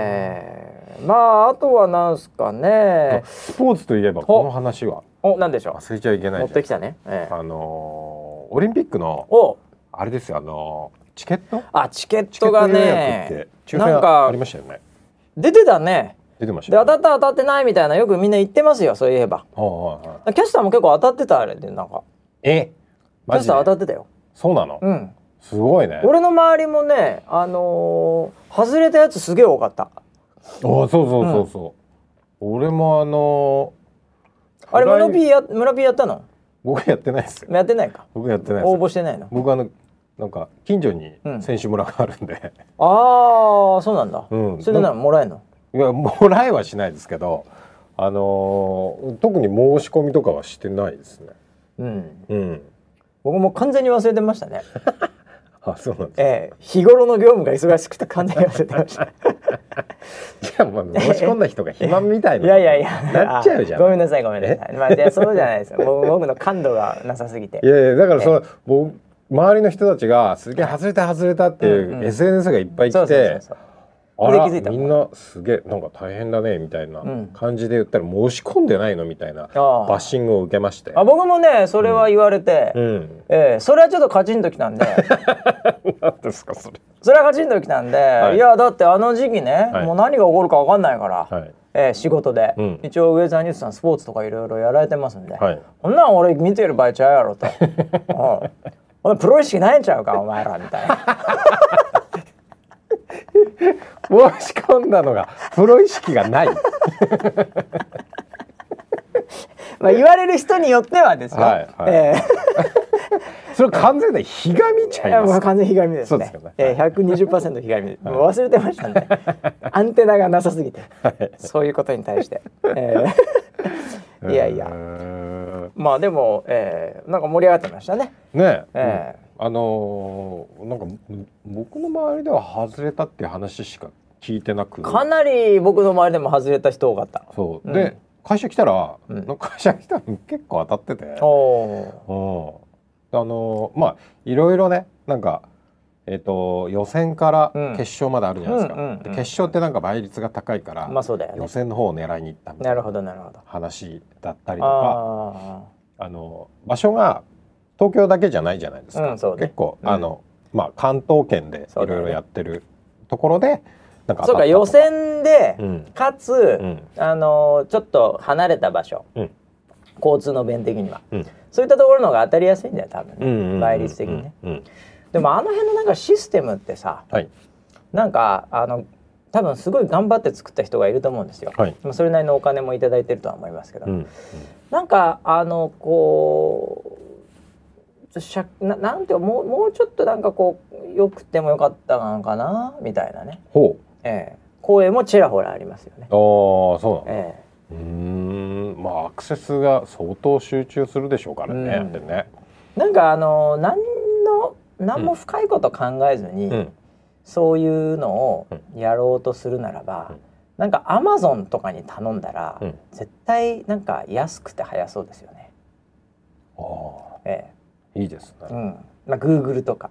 Speaker 1: ええまああとはなんすかね。
Speaker 2: スポーツといえばこの話は
Speaker 1: おなんでしょ
Speaker 2: 忘れちゃいけ
Speaker 1: う。
Speaker 2: な
Speaker 1: 持
Speaker 2: い
Speaker 1: っ
Speaker 2: じゃ
Speaker 1: て
Speaker 2: ん
Speaker 1: きたね。ええ
Speaker 2: あのーオリンピックの
Speaker 1: お
Speaker 2: あれですよあのーチケット
Speaker 1: あチケッ
Speaker 2: チケ
Speaker 1: ト
Speaker 2: ッ
Speaker 1: が
Speaker 2: ト予約っ
Speaker 1: ね
Speaker 2: て抽選
Speaker 1: なん
Speaker 2: あ
Speaker 1: か
Speaker 2: りましたよね
Speaker 1: 出てたね。
Speaker 2: 出てまし
Speaker 1: で
Speaker 2: たよ
Speaker 1: 当
Speaker 2: ね
Speaker 1: たった当たってないみたいなよくみんな言ってますよそういえば。
Speaker 2: はいはいはい
Speaker 1: キャスターも結構当たってたあれでなんかキャ
Speaker 2: えマ
Speaker 1: ス
Speaker 2: ジ
Speaker 1: タ
Speaker 2: で
Speaker 1: ー当たってたよ。
Speaker 2: そうなの
Speaker 1: うん。
Speaker 2: すごいね
Speaker 1: 俺の周りもねあのー外れたやつすげえ多かった。
Speaker 2: あそうそうそうそう、俺もあのー
Speaker 1: あれ
Speaker 2: フライ
Speaker 1: 村 P や村 P やったの？
Speaker 2: 僕やってないですよ
Speaker 1: やってないか。
Speaker 2: 僕やってないです
Speaker 1: 応募してないの。
Speaker 2: 僕あのなんか近所に
Speaker 1: うん
Speaker 2: 選手村があるんで、
Speaker 1: ああそうなんだ。
Speaker 2: うん
Speaker 1: それでなもらえるの。
Speaker 2: いやもらいはしないですけどあのー特に申し込みとかはしてないですね
Speaker 1: うん、
Speaker 2: うん
Speaker 1: 僕もう完全に忘れてましたね。
Speaker 2: あそうなんで
Speaker 1: ええ、日頃の業務が忙しくて完全に忘れてました。
Speaker 2: すじゃあ、まあ、申し込んだ人が暇みたい
Speaker 1: い
Speaker 2: な
Speaker 1: やいやいや、
Speaker 2: なっちゃうじゃん
Speaker 1: あごめんなさいごめんなさい。まあいやそうじゃないですよ。僕僕の感度がなさすぎて
Speaker 2: い。やいやだからその僕周りの人たちがすげえ外れた外れたっていう、
Speaker 1: うんうん
Speaker 2: SNS がいっぱい
Speaker 1: そ
Speaker 2: 来
Speaker 1: うそうそう
Speaker 2: て
Speaker 1: そう
Speaker 2: あら
Speaker 1: で気づいた
Speaker 2: みんなすげえなんか大変だねみたいな
Speaker 1: うん
Speaker 2: 感じで言ったら申し込んでないのみたいな
Speaker 1: あ
Speaker 2: バッシングを受けまして
Speaker 1: あ僕もねそれは言われて、
Speaker 2: うん
Speaker 1: ええそれはちょっとカチンときたんで
Speaker 2: 何ですかそれ
Speaker 1: それはカチンときたんで、
Speaker 2: い
Speaker 1: い、やだってあの時期ね、
Speaker 2: はい
Speaker 1: もう何が起こるか分かんないから、
Speaker 2: はい
Speaker 1: ええ仕事で、
Speaker 2: うん
Speaker 1: 一応ウェザーニュースさんスポーツとかいろいろやられてますんで、
Speaker 2: はい
Speaker 1: こんなん俺見てる場合ちゃうやろ とうんお前プロ意識ないんちゃうかお前らみたいな
Speaker 2: 申し込んだのがプロ意識がない
Speaker 1: まあ言われる人によってはですよ、
Speaker 2: はいは
Speaker 1: え
Speaker 2: い
Speaker 1: え
Speaker 2: それ完全にひがみちゃ
Speaker 1: い
Speaker 2: い
Speaker 1: や
Speaker 2: ま
Speaker 1: もう
Speaker 2: すか
Speaker 1: 完全にひがみです
Speaker 2: そうで
Speaker 1: ね
Speaker 2: すよね
Speaker 1: えー、120%ひがみ、もう忘れてました ねアンテナがなさすぎて、そういうことに対 して、えーいやいうや
Speaker 2: ーん
Speaker 1: まあでも、えー、なんか盛り上がってましたね
Speaker 2: ね
Speaker 1: え
Speaker 2: え、うんあのーなんかぼ僕の周りでは外れたっていう話しか聞いてなく
Speaker 1: かなり僕の周りでも外れた人多かった
Speaker 2: そう、
Speaker 1: うん
Speaker 2: で会社来たら、
Speaker 1: うん
Speaker 2: なんか会社来たら結構当たってて、うん、あ
Speaker 1: おお
Speaker 2: のーまあいろいろねなんかえっ、と予選から
Speaker 1: うん
Speaker 2: 決勝まであるじゃないですか、
Speaker 1: うんうんうん
Speaker 2: で決勝ってなんか倍率が高いから、
Speaker 1: ーまあそうだよね
Speaker 2: 予選の方を狙いに行ったみた
Speaker 1: ないる
Speaker 2: な
Speaker 1: ほどなるほど
Speaker 2: 話だったりとか
Speaker 1: あ
Speaker 2: あの場所が東京だけじゃないじゃないですか、
Speaker 1: うんそうね
Speaker 2: 結構、
Speaker 1: うん
Speaker 2: あのまあ関東圏でい
Speaker 1: そ
Speaker 2: ろ
Speaker 1: う
Speaker 2: い
Speaker 1: だよね
Speaker 2: ろやってるところでな
Speaker 1: あ
Speaker 2: んか
Speaker 1: そうか予
Speaker 2: 選
Speaker 1: 選で、
Speaker 2: うん
Speaker 1: かつ、
Speaker 2: うん
Speaker 1: あのーちょっと離れた場所、
Speaker 2: うん
Speaker 1: 交通の便的には
Speaker 2: うん
Speaker 1: そういったところの方が当たりやすいんだよ多分ね、
Speaker 2: うんうんうん
Speaker 1: 倍率的にね、
Speaker 2: うん
Speaker 1: でもあの辺のなんかシステムってさ
Speaker 2: はい
Speaker 1: なんかあの多分すごい頑張って作った人がいると思うんですよ、
Speaker 2: はい
Speaker 1: まあそれなりのお金もいただいてるとは思いますけど、
Speaker 2: うん
Speaker 1: なんかあのこうちょしゃななんていうかもうもうちょっとなんかこうよくてもよかったのかなみたいなね、
Speaker 2: ほう
Speaker 1: ええ、声もちらほらありますよね、
Speaker 2: ああそうなんだ
Speaker 1: ええ、
Speaker 2: うーんまあアクセスが相当集中するでしょうからね、
Speaker 1: うん
Speaker 2: でね
Speaker 1: なんかあの何の何も深いこと考えずに、
Speaker 2: うん
Speaker 1: そういうのをやろうとするならば、
Speaker 2: うん
Speaker 1: なんかアマゾンとかに頼んだら、
Speaker 2: うん
Speaker 1: 絶対なんか安くて早そうですよね。
Speaker 2: ああ
Speaker 1: え
Speaker 2: いいですね、
Speaker 1: え、うん。まあ Google とか、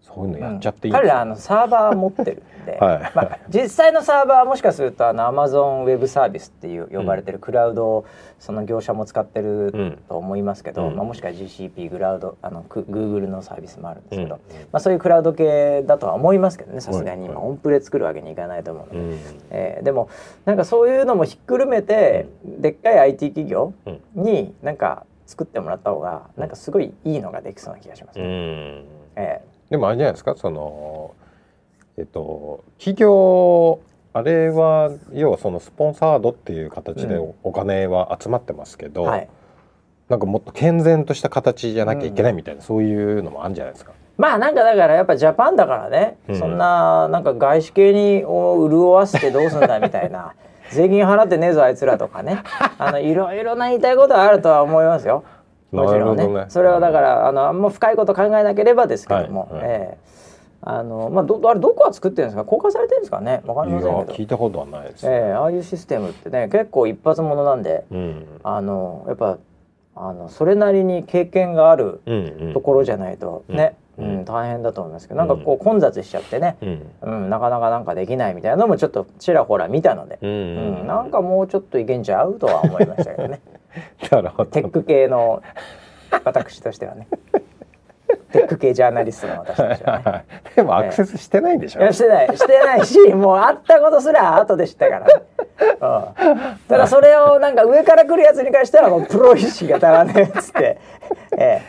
Speaker 2: そういうの
Speaker 1: う
Speaker 2: や
Speaker 1: ん
Speaker 2: っちゃっていいんで
Speaker 1: 彼
Speaker 2: す
Speaker 1: らあのサーバー持ってるんで、
Speaker 2: はい
Speaker 1: まあ実際のサーバーはもしかするとあの Amazon ウェブサービスっていう呼ばれてるクラウドをその業者も使ってる
Speaker 2: うん
Speaker 1: と思いますけど、
Speaker 2: うん
Speaker 1: まあもしくは GCP クラウドあのク Google のサービスもあるんですけど、
Speaker 2: うん
Speaker 1: まあそういうクラウド系だとは思いますけどね、さすがに今
Speaker 2: はい
Speaker 1: オンプレ作るわけにいかないと思うので。
Speaker 2: うん
Speaker 1: えーでもなんかそういうのもひっくるめて、でっかい IT 企業
Speaker 2: うん
Speaker 1: になんか作ってもらった方がなんかすごいいいのができそうな気がします、
Speaker 2: う
Speaker 1: ね
Speaker 2: ん
Speaker 1: え
Speaker 2: でもあれじゃないですかそのえっと企業あれは要はそのスポンサードっていう形で
Speaker 1: う
Speaker 2: おお金は集まってますけ
Speaker 1: ー
Speaker 2: ど、
Speaker 1: はい、
Speaker 2: なんかもっと健全とした形じゃなきゃいけないみたいな、そういうのもあるんじゃないですか。
Speaker 1: まあなんかだからやっぱジャパンだからね、
Speaker 2: うん
Speaker 1: そんななんか外資系にを潤わせてどうすんだみたいな 税金払ってねえぞあいつらとかねあのいろいろな言いたいことはあるとは思いますよもちろんね
Speaker 2: なるほどね
Speaker 1: それはだからあのあんま深いこと考えなければですけども、
Speaker 2: はいはい
Speaker 1: えーあのまあ、どあれどこは作ってるんですか公開されてるんですかねわか
Speaker 2: い
Speaker 1: り
Speaker 2: や
Speaker 1: ませんけど
Speaker 2: 聞いたことはないです。
Speaker 1: ええああいうシステムってね結構一発ものなんで
Speaker 2: うん
Speaker 1: あのやっぱあのそれなりに経験がある
Speaker 2: うんうん
Speaker 1: ところじゃないとね、
Speaker 2: う
Speaker 1: うんん
Speaker 2: うん
Speaker 1: 大変だと思いますけどなんかこう混雑しちゃってね、
Speaker 2: うん
Speaker 1: うん、なかなかなんかできないみたいなのもちょっとちらほら見たので、
Speaker 2: う
Speaker 1: うんんなんかもうちょっといけんちゃうとは思いましたけどね
Speaker 2: なるほど
Speaker 1: テック系の私としてはねテック系ジャーナリストの私としてはね。
Speaker 2: でもアクセスしてないんでしょ
Speaker 1: い。やしてないしてないしもう会ったことすら後で知ったから、ねうん、ただそれをなんか上から来るやつに関してはもうプロ意識が足らねえっつって、え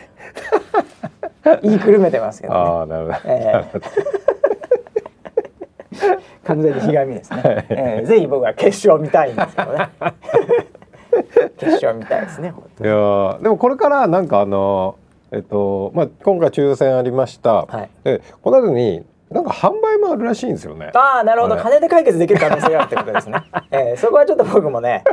Speaker 1: え、言いくるめてますけどね
Speaker 2: ああなるほど。
Speaker 1: ええ完全にひがみですね、ええぜひ僕は決勝見たいんですけどね決勝見たいですね本
Speaker 2: いやーでもこれからなんかあのえっとまあ今回抽選ありました、
Speaker 1: はい
Speaker 2: でこの後になんか販売もあるらしいんですよね
Speaker 1: 当ああなるほど
Speaker 2: はい
Speaker 1: 金で解決できる可能性があるってこと ですね、ええそこはちょっと僕もね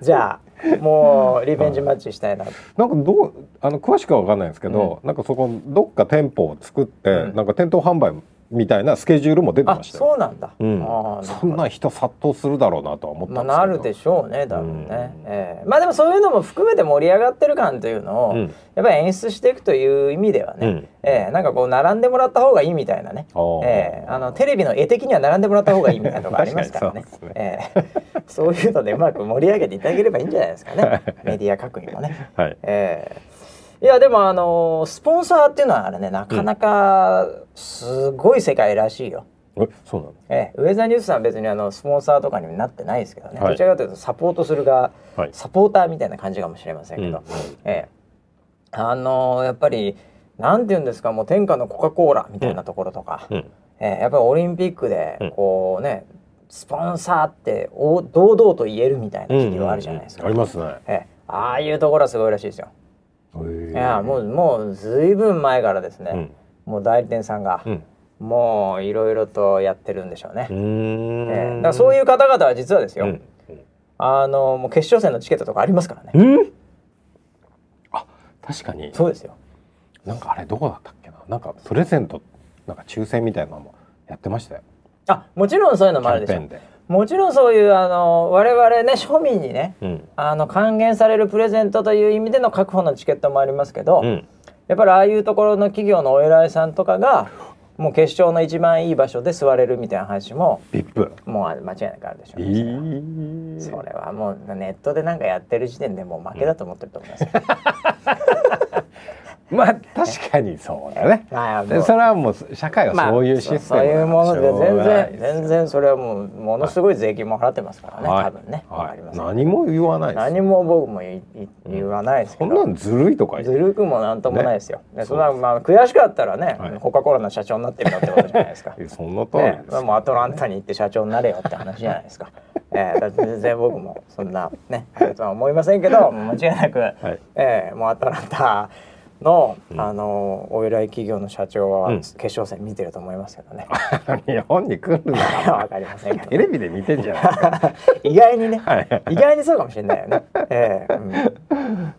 Speaker 1: じゃあもうリベンジマッチしたいなと
Speaker 2: なんかどうあの詳しくは分かんないんですけど、なんかそこどっか店舗を作って、
Speaker 1: うん
Speaker 2: なんか店頭販売みたいなスケジュールも出て
Speaker 1: あ
Speaker 2: ましたよ
Speaker 1: そうなんだ、
Speaker 2: うん
Speaker 1: あーるほど
Speaker 2: そんな人殺到するだろうなとは思っ
Speaker 1: ま
Speaker 2: た
Speaker 1: あ、
Speaker 2: んですけ
Speaker 1: な
Speaker 2: ど、
Speaker 1: るでしょうね多分ね、
Speaker 2: うん
Speaker 1: ええまあでもそういうのも含めて盛り上がってる感というのを、
Speaker 2: うん
Speaker 1: やっぱり演出していくという意味ではね、
Speaker 2: うん
Speaker 1: ええなんかこう並んでもらった方がいいみたいなね、
Speaker 2: あー
Speaker 1: ええあのテレビの絵的には並んでもらった方がいいみたいなとこありますから ね
Speaker 2: 確かにそう
Speaker 1: ええそういうのでうまく盛り上げていただければいいんじゃないですかねメディア各位もね。
Speaker 2: はい
Speaker 1: ええいやでもあのスポンサーっていうのはあれねなかなかすごい世界らしいよ。
Speaker 2: えそうなの
Speaker 1: ええ、ウェザーニュースさんは別にあのスポンサーとかにもなってないですけどね、
Speaker 2: はい
Speaker 1: どちらかというとサポートする側、
Speaker 2: はい
Speaker 1: サポーターみたいな感じかもしれませんけど、
Speaker 2: うん
Speaker 1: ええ、あのーやっぱりなんて言うんですかもう天下のコカ・コーラみたいなところとか、
Speaker 2: うん
Speaker 1: ええやっぱりオリンピック
Speaker 2: うん
Speaker 1: でこうね、スポンサーってお堂々と言えるみたいな企業あるじゃないですか、
Speaker 2: うんうんうんありますね
Speaker 1: ええ、ああいうところはすごいらしいですよ。いやもうもうずいぶん前からですね、もう代理店さんが、
Speaker 2: うん
Speaker 1: もういろいろとやってるんでしょうね。
Speaker 2: うーん
Speaker 1: ええだからそういう方々は実はですよ、
Speaker 2: うん
Speaker 1: あのもう決勝戦のチケットとかありますからね、
Speaker 2: うんあ確かに
Speaker 1: そうですよ
Speaker 2: なんかあれどこだったっけななんかプレゼントなんか抽選みたいなのもやってましたよ
Speaker 1: あもちろんそういうの
Speaker 2: キ
Speaker 1: もあ
Speaker 2: ャ
Speaker 1: るで
Speaker 2: ンペ
Speaker 1: し
Speaker 2: ー
Speaker 1: ょ
Speaker 2: ンで、
Speaker 1: もちろんそういうあの我々ね庶民にね
Speaker 2: うん
Speaker 1: あの還元されるプレゼントという意味での確保のチケットもありますけど、
Speaker 2: うん、
Speaker 1: やっぱりああいうところの企業のお偉いさんとかがもう決勝の一番いい場所で座れるみたいな話も
Speaker 2: ビップ
Speaker 1: もうあ間違いなくあるでしょう
Speaker 2: え
Speaker 1: ね、
Speaker 2: ー
Speaker 1: それはもうネットでなんかやってる時点でもう負けだと思ってると思い ますよ、
Speaker 2: まあ確かにそうだね
Speaker 1: はいも
Speaker 2: で
Speaker 1: う
Speaker 2: それはもう社会はそういうシステム
Speaker 1: そういうもので全然全
Speaker 2: 然
Speaker 1: 然それはもうものすごい税金も払ってますからね、多分ね、わかりません
Speaker 2: 何も言わないです
Speaker 1: 何も僕も言い言い言わないですけ
Speaker 2: そん
Speaker 1: ど、
Speaker 2: なんずるいとか
Speaker 1: ず
Speaker 2: 言う
Speaker 1: るくもなんともないですよ、でそんな
Speaker 2: そうで
Speaker 1: まあ悔しかったらね、
Speaker 2: はい
Speaker 1: コカ・コーラの社長になってみろってことじゃないですか
Speaker 2: いやそんな通り
Speaker 1: ね
Speaker 2: で、すよ、
Speaker 1: もうアトランタに行って社長になれよって話じゃないですか。 えー、だって全然僕もそんなねあれとは思いませんけどもう間違いなく、
Speaker 2: い
Speaker 1: えーもうアトランタの、あのお偉い企業の社長は
Speaker 2: うん
Speaker 1: 決勝戦見てると思いますけどね。
Speaker 2: 日本に来るなら
Speaker 1: わかりませ んけど
Speaker 2: テレビで見てんじゃないですか
Speaker 1: 意外にね、
Speaker 2: はい
Speaker 1: 意外にそうかもしれないよね。ええうん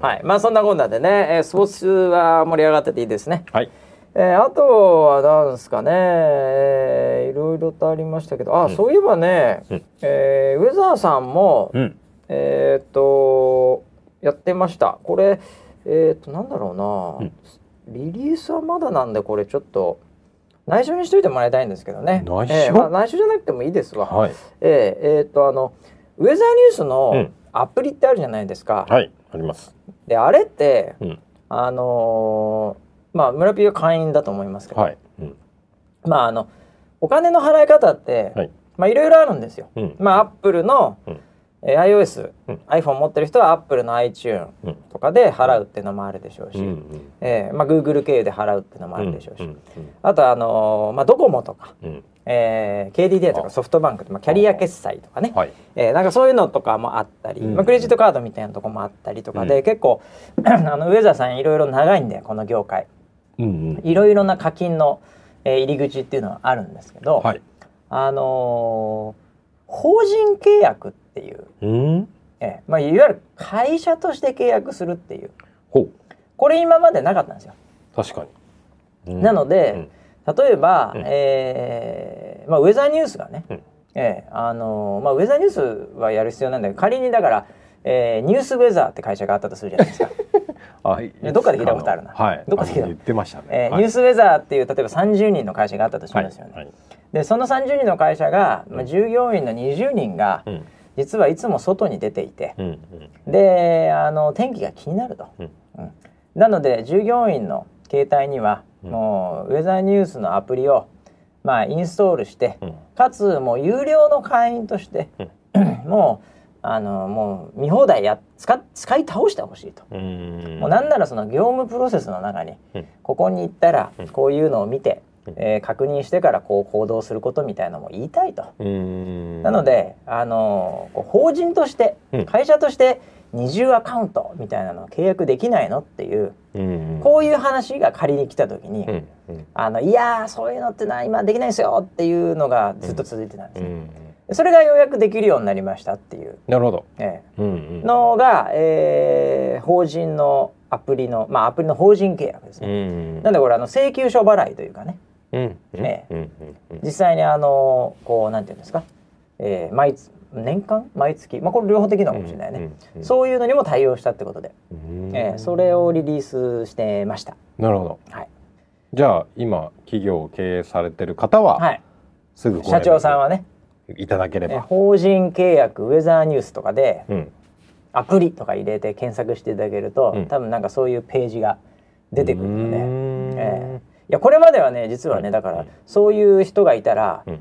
Speaker 1: はい、まあそんなこんなでね、えースポーツは盛り上がってていいですね。
Speaker 2: はい
Speaker 1: えーあとはなんですかね、えーいろいろとありましたけど、あ、そういえばね、えーウェザーさんも、
Speaker 2: うん
Speaker 1: えーっとやってました。これえーっとなんだろうな、リリースはまだなんでこれちょっと内緒にしといてもらいたいんですけどね。
Speaker 2: 内緒
Speaker 1: えーまあ内緒じゃなくてもいいですわ。
Speaker 2: はい
Speaker 1: えええーっとあのウェザーニュース
Speaker 2: う
Speaker 1: の
Speaker 2: ん
Speaker 1: アプリってあるじゃないですか。
Speaker 2: はいあります
Speaker 1: であれって
Speaker 2: うん
Speaker 1: あのーまあ村ピーは会員だと思いますけど、
Speaker 2: はいうん
Speaker 1: まああのお金の払い方って、、
Speaker 2: はいい
Speaker 1: まあいろいろあるんですよ。
Speaker 2: うん
Speaker 1: まあアップルの、
Speaker 2: うん
Speaker 1: えー iOS、
Speaker 2: うん
Speaker 1: iPhone 持ってる人はアップルの iTune
Speaker 2: うん
Speaker 1: とかで払うっていうのもあるでしょうし、
Speaker 2: うんうん
Speaker 1: えーまあ Google 経由で払うっていうのもあるでしょうし、
Speaker 2: ん
Speaker 1: あとあのーまあドコモとか、
Speaker 2: うん
Speaker 1: えー KDDI とかソフトバンクとか、まあ、キャリア決済とかね、
Speaker 2: はい
Speaker 1: えーなんかそういうのとかもあったり、
Speaker 2: うん
Speaker 1: まあ、クレジットカードみたいなとこもあったりとかで、
Speaker 2: う
Speaker 1: 結構 あのウェザーさんいろいろ長いんでこの業界
Speaker 2: うんうん
Speaker 1: いろいろな課金の、えー入り口っていうのはあるんですけど、
Speaker 2: はい
Speaker 1: あのー法人契約っていう、
Speaker 2: うん
Speaker 1: えーまあ、いわゆる会社として契約するっていう
Speaker 2: ほう
Speaker 1: これ今までなかったんですよ。
Speaker 2: 確かに、うん
Speaker 1: なので、例えば、
Speaker 2: うん
Speaker 1: えーまあ、ウェザーニュースがね、
Speaker 2: うん
Speaker 1: えーあのーまあ、ウェザーニュースはやる必要ないんだけど仮にだから、えーニュースウェザーって会社があったとするじゃないです か、
Speaker 2: あい
Speaker 1: どっかで聞いたことあるな
Speaker 2: はい
Speaker 1: どっかで聞いた
Speaker 2: あの言ってましたね、
Speaker 1: えー
Speaker 2: はい
Speaker 1: ニュースウェザーっていう例えば30人の会社があったとしますよね、
Speaker 2: はいはい
Speaker 1: でその30人の会社が、まあ、従業員の20人が、
Speaker 2: うん
Speaker 1: 実はいつも外に出ていて、
Speaker 2: うん
Speaker 1: であの天気が気になると、
Speaker 2: うん
Speaker 1: うんなので従業員の携帯には、
Speaker 2: うん
Speaker 1: もうウェザーニュースのアプリを、まあ、インストールして、
Speaker 2: うん
Speaker 1: かつもう有料の会員として、 もうあのもう見放題や使使い倒してほしいと、
Speaker 2: うんうん
Speaker 1: もうなんならその業務プロセスの中に、
Speaker 2: うん
Speaker 1: ここに行ったらこういうのを見て、
Speaker 2: うん
Speaker 1: えー確認してからこう行動することみたいなのも言いたいと。
Speaker 2: うん
Speaker 1: なので、あのこう法人として
Speaker 2: うん
Speaker 1: 会社として二重アカウントみたいなのを契約できないのっていう
Speaker 2: うん
Speaker 1: こういう話が仮に来た時に、
Speaker 2: うんうん
Speaker 1: あのいやーそういうのってな今できないですよっていうのがずっと続いてたんです
Speaker 2: う
Speaker 1: よ、
Speaker 2: ん
Speaker 1: それがようやくできるようになりましたっていう、
Speaker 2: なるほど
Speaker 1: え
Speaker 2: うんうん
Speaker 1: えのが、えー法人のアプリのまあアプリの法人契約です
Speaker 2: う
Speaker 1: ね、
Speaker 2: ん
Speaker 1: なんでこれあの請求書払いというかね、
Speaker 2: うんうん
Speaker 1: ね
Speaker 2: うんうんうん
Speaker 1: 実際にあのこうなんていうんですか、えー毎月年間毎月まあこれ両方的なのかもしれないね、
Speaker 2: うんうんうん
Speaker 1: そういうのにも対応したってことで、
Speaker 2: うん
Speaker 1: えーそれをリリースしてました
Speaker 2: なるほど
Speaker 1: はい、
Speaker 2: じゃあ今企業を経営されてる方は、
Speaker 1: はい、
Speaker 2: すぐご連
Speaker 1: 社
Speaker 2: 絡
Speaker 1: 長さんはね、
Speaker 2: いただけれ
Speaker 1: えー
Speaker 2: ば、
Speaker 1: 法人契約ウェザーニュースとかで
Speaker 2: うん、
Speaker 1: アプリとか入れて検索していただけると、
Speaker 2: うん
Speaker 1: 多分なんかそういうページが出てくるので、
Speaker 2: うーん
Speaker 1: えいやこれまではね実はね、
Speaker 2: はい
Speaker 1: だから、
Speaker 2: はい
Speaker 1: そういう人がいたら、
Speaker 2: うん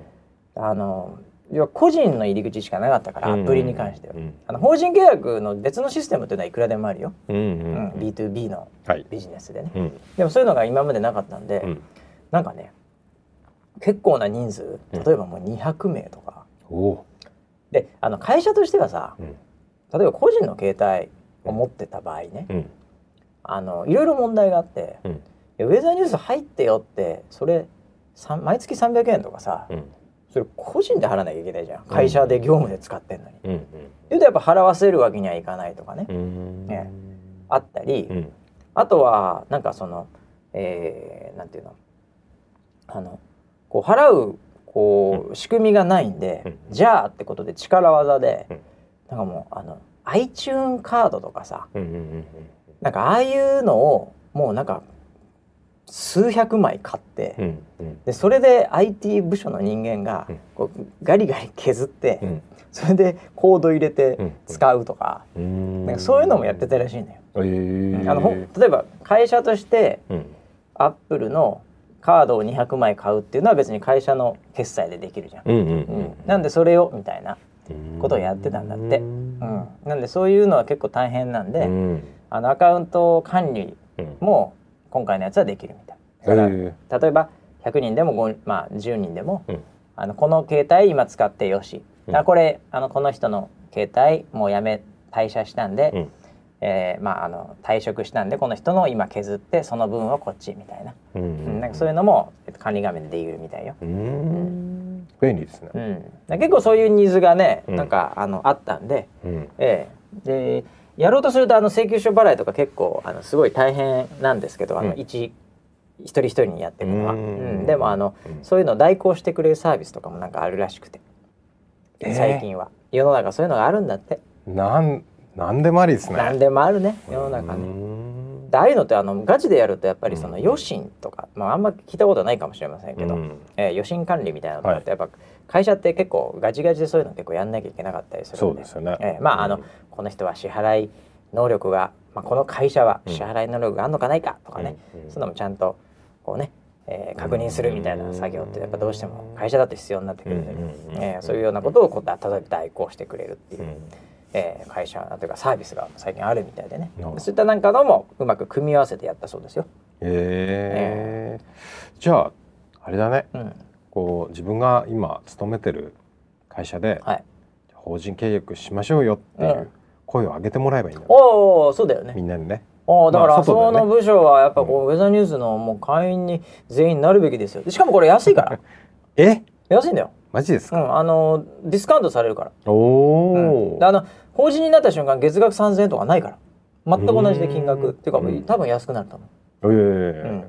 Speaker 1: あの要は個人の入り口しかなかったから、アプリに関しては、
Speaker 2: うん
Speaker 1: あの法人契約の別のシステムというのはいくらでもあるよ、
Speaker 2: うんう
Speaker 1: うんん
Speaker 2: うん
Speaker 1: B2B の
Speaker 2: はい
Speaker 1: ビジネスでね
Speaker 2: うん
Speaker 1: でもそういうのが今までなかったんで、
Speaker 2: うん
Speaker 1: なんかね結構な人数
Speaker 2: うん
Speaker 1: 例えばもう200名とか、
Speaker 2: おお
Speaker 1: であの会社としてはさ
Speaker 2: ーうん
Speaker 1: 例えば個人の携帯を持ってた場合ね、
Speaker 2: うん
Speaker 1: あのいろいろ問題があって、
Speaker 2: うん
Speaker 1: いやウェザーニュース入ってよってそれさん毎月300円とかさ、
Speaker 2: うん
Speaker 1: それ個人で払わなきゃいけないじゃん会社で業務で使ってんのに。
Speaker 2: うん
Speaker 1: 言うとやっぱ払わせるわけにはいかないとかね、
Speaker 2: うんうん
Speaker 1: ねあったり、
Speaker 2: うん
Speaker 1: あとはなんかその、えーなんていうのあのこう払うこう仕組みがないんで、
Speaker 2: うん
Speaker 1: じゃあってことで力技で、
Speaker 2: うん
Speaker 1: なんかもうあの iTune カードとかさ、
Speaker 2: うんうん
Speaker 1: なんかああいうのをもうなんか数百枚買って、
Speaker 2: うんうん
Speaker 1: でそれで IT 部署の人間が
Speaker 2: うん
Speaker 1: こうガリガリ削って、
Speaker 2: うん
Speaker 1: それでコード入れて
Speaker 2: うん
Speaker 1: 使うとか,、
Speaker 2: うん
Speaker 1: なんかそういうのもやってたらしいんだよ。
Speaker 2: えー
Speaker 1: あのほん例えば会社として
Speaker 2: うん
Speaker 1: アップルのカードを200枚買うっていうのは別に会社の決済でできるじゃん。
Speaker 2: うんうん
Speaker 1: う
Speaker 2: うんん
Speaker 1: なんでそれをみたいな、ことをやってたんだってうん、なんでそういうのは結構大変なんで、
Speaker 2: うん
Speaker 1: あのアカウント管理
Speaker 2: うん
Speaker 1: も今回のやつはできるみたい
Speaker 2: え
Speaker 1: だから、
Speaker 2: ー
Speaker 1: 例えば100人でも、ごまあ、10人でも、
Speaker 2: うん
Speaker 1: あのこの携帯今使ってよし、
Speaker 2: うん
Speaker 1: あこれあのこの人の携帯もうやめ退社したんで、
Speaker 2: うん
Speaker 1: えーまあ、あの退職したんでこの人の今削ってその分をこっちみたいな,、
Speaker 2: う
Speaker 1: うん
Speaker 2: ん
Speaker 1: なんかそういうのもえっと管理画面でできるみたいよ。
Speaker 2: うん便利ですね
Speaker 1: うん、だから結構そういうニーズがね、
Speaker 2: うん
Speaker 1: なんかあのあったんで,、
Speaker 2: うん
Speaker 1: ええでやろうとするとあの請求書払いとか結構あのすごい大変なんですけどあの、
Speaker 2: うん
Speaker 1: 一一人一人にやっていくのは。
Speaker 2: うん
Speaker 1: うんでもあの
Speaker 2: うん
Speaker 1: そういうのを代行してくれるサービスとかもなんかあるらしくて、
Speaker 2: えー
Speaker 1: 最近は世の中そういうのがあるんだって、
Speaker 2: なんなんでもありですね
Speaker 1: 何でもあるね世の中
Speaker 2: う
Speaker 1: ね。
Speaker 2: ん
Speaker 1: でああいうのってあのガチでやるとやっぱりその
Speaker 2: うん
Speaker 1: 余震とか、まあ、あんま聞いたことないかもしれませんけど、
Speaker 2: うん
Speaker 1: えー余震管理みたいなのってやっぱ会社って結構ガチガチでそういうの結構やんなきゃいけなかったりするん
Speaker 2: そうですよね
Speaker 1: えーまああの、この人は支払い能力が、まあ、この会社は
Speaker 2: うん
Speaker 1: 支払い能力があるのかないかとかね、
Speaker 2: うん
Speaker 1: そういうのもちゃんとこうね、えー確認するみたいな作業ってやっぱどうしても
Speaker 2: うん
Speaker 1: 会社だと必要になってくるんで、
Speaker 2: うんうんうん
Speaker 1: えーそういうようなことをこう例えば代行してくれるっていう、
Speaker 2: うん
Speaker 1: えー会社というかサービスが最近あるみたいでね
Speaker 2: なるほど
Speaker 1: そういったなんかのもうまく組み合わせてやったそうですよ。
Speaker 2: えーじゃああれだね
Speaker 1: うん、
Speaker 2: こう自分が今勤めてる会社で
Speaker 1: はい、
Speaker 2: 法人契約しましょうよってい
Speaker 1: うん
Speaker 2: う声を上げてもらえばいいんだね
Speaker 1: おおそうだよね。
Speaker 2: みんなにね
Speaker 1: おーだから、
Speaker 2: まあ
Speaker 1: そ
Speaker 2: 外でね
Speaker 1: の部署はやっぱこう、ウェザーニュースのもう会員に全員なるべきですよ。しかもこれ安い から
Speaker 2: え
Speaker 1: 安いんだよ。
Speaker 2: マジです
Speaker 1: う
Speaker 2: か
Speaker 1: ん、あのディスカウントされるから。
Speaker 2: お
Speaker 1: うん、で
Speaker 2: お
Speaker 1: あの法人になった瞬間月額3,000円とかないから全く同じで金額
Speaker 2: うん
Speaker 1: っていうか
Speaker 2: うん
Speaker 1: 多分安くなると思
Speaker 2: え
Speaker 1: う、うん
Speaker 2: ー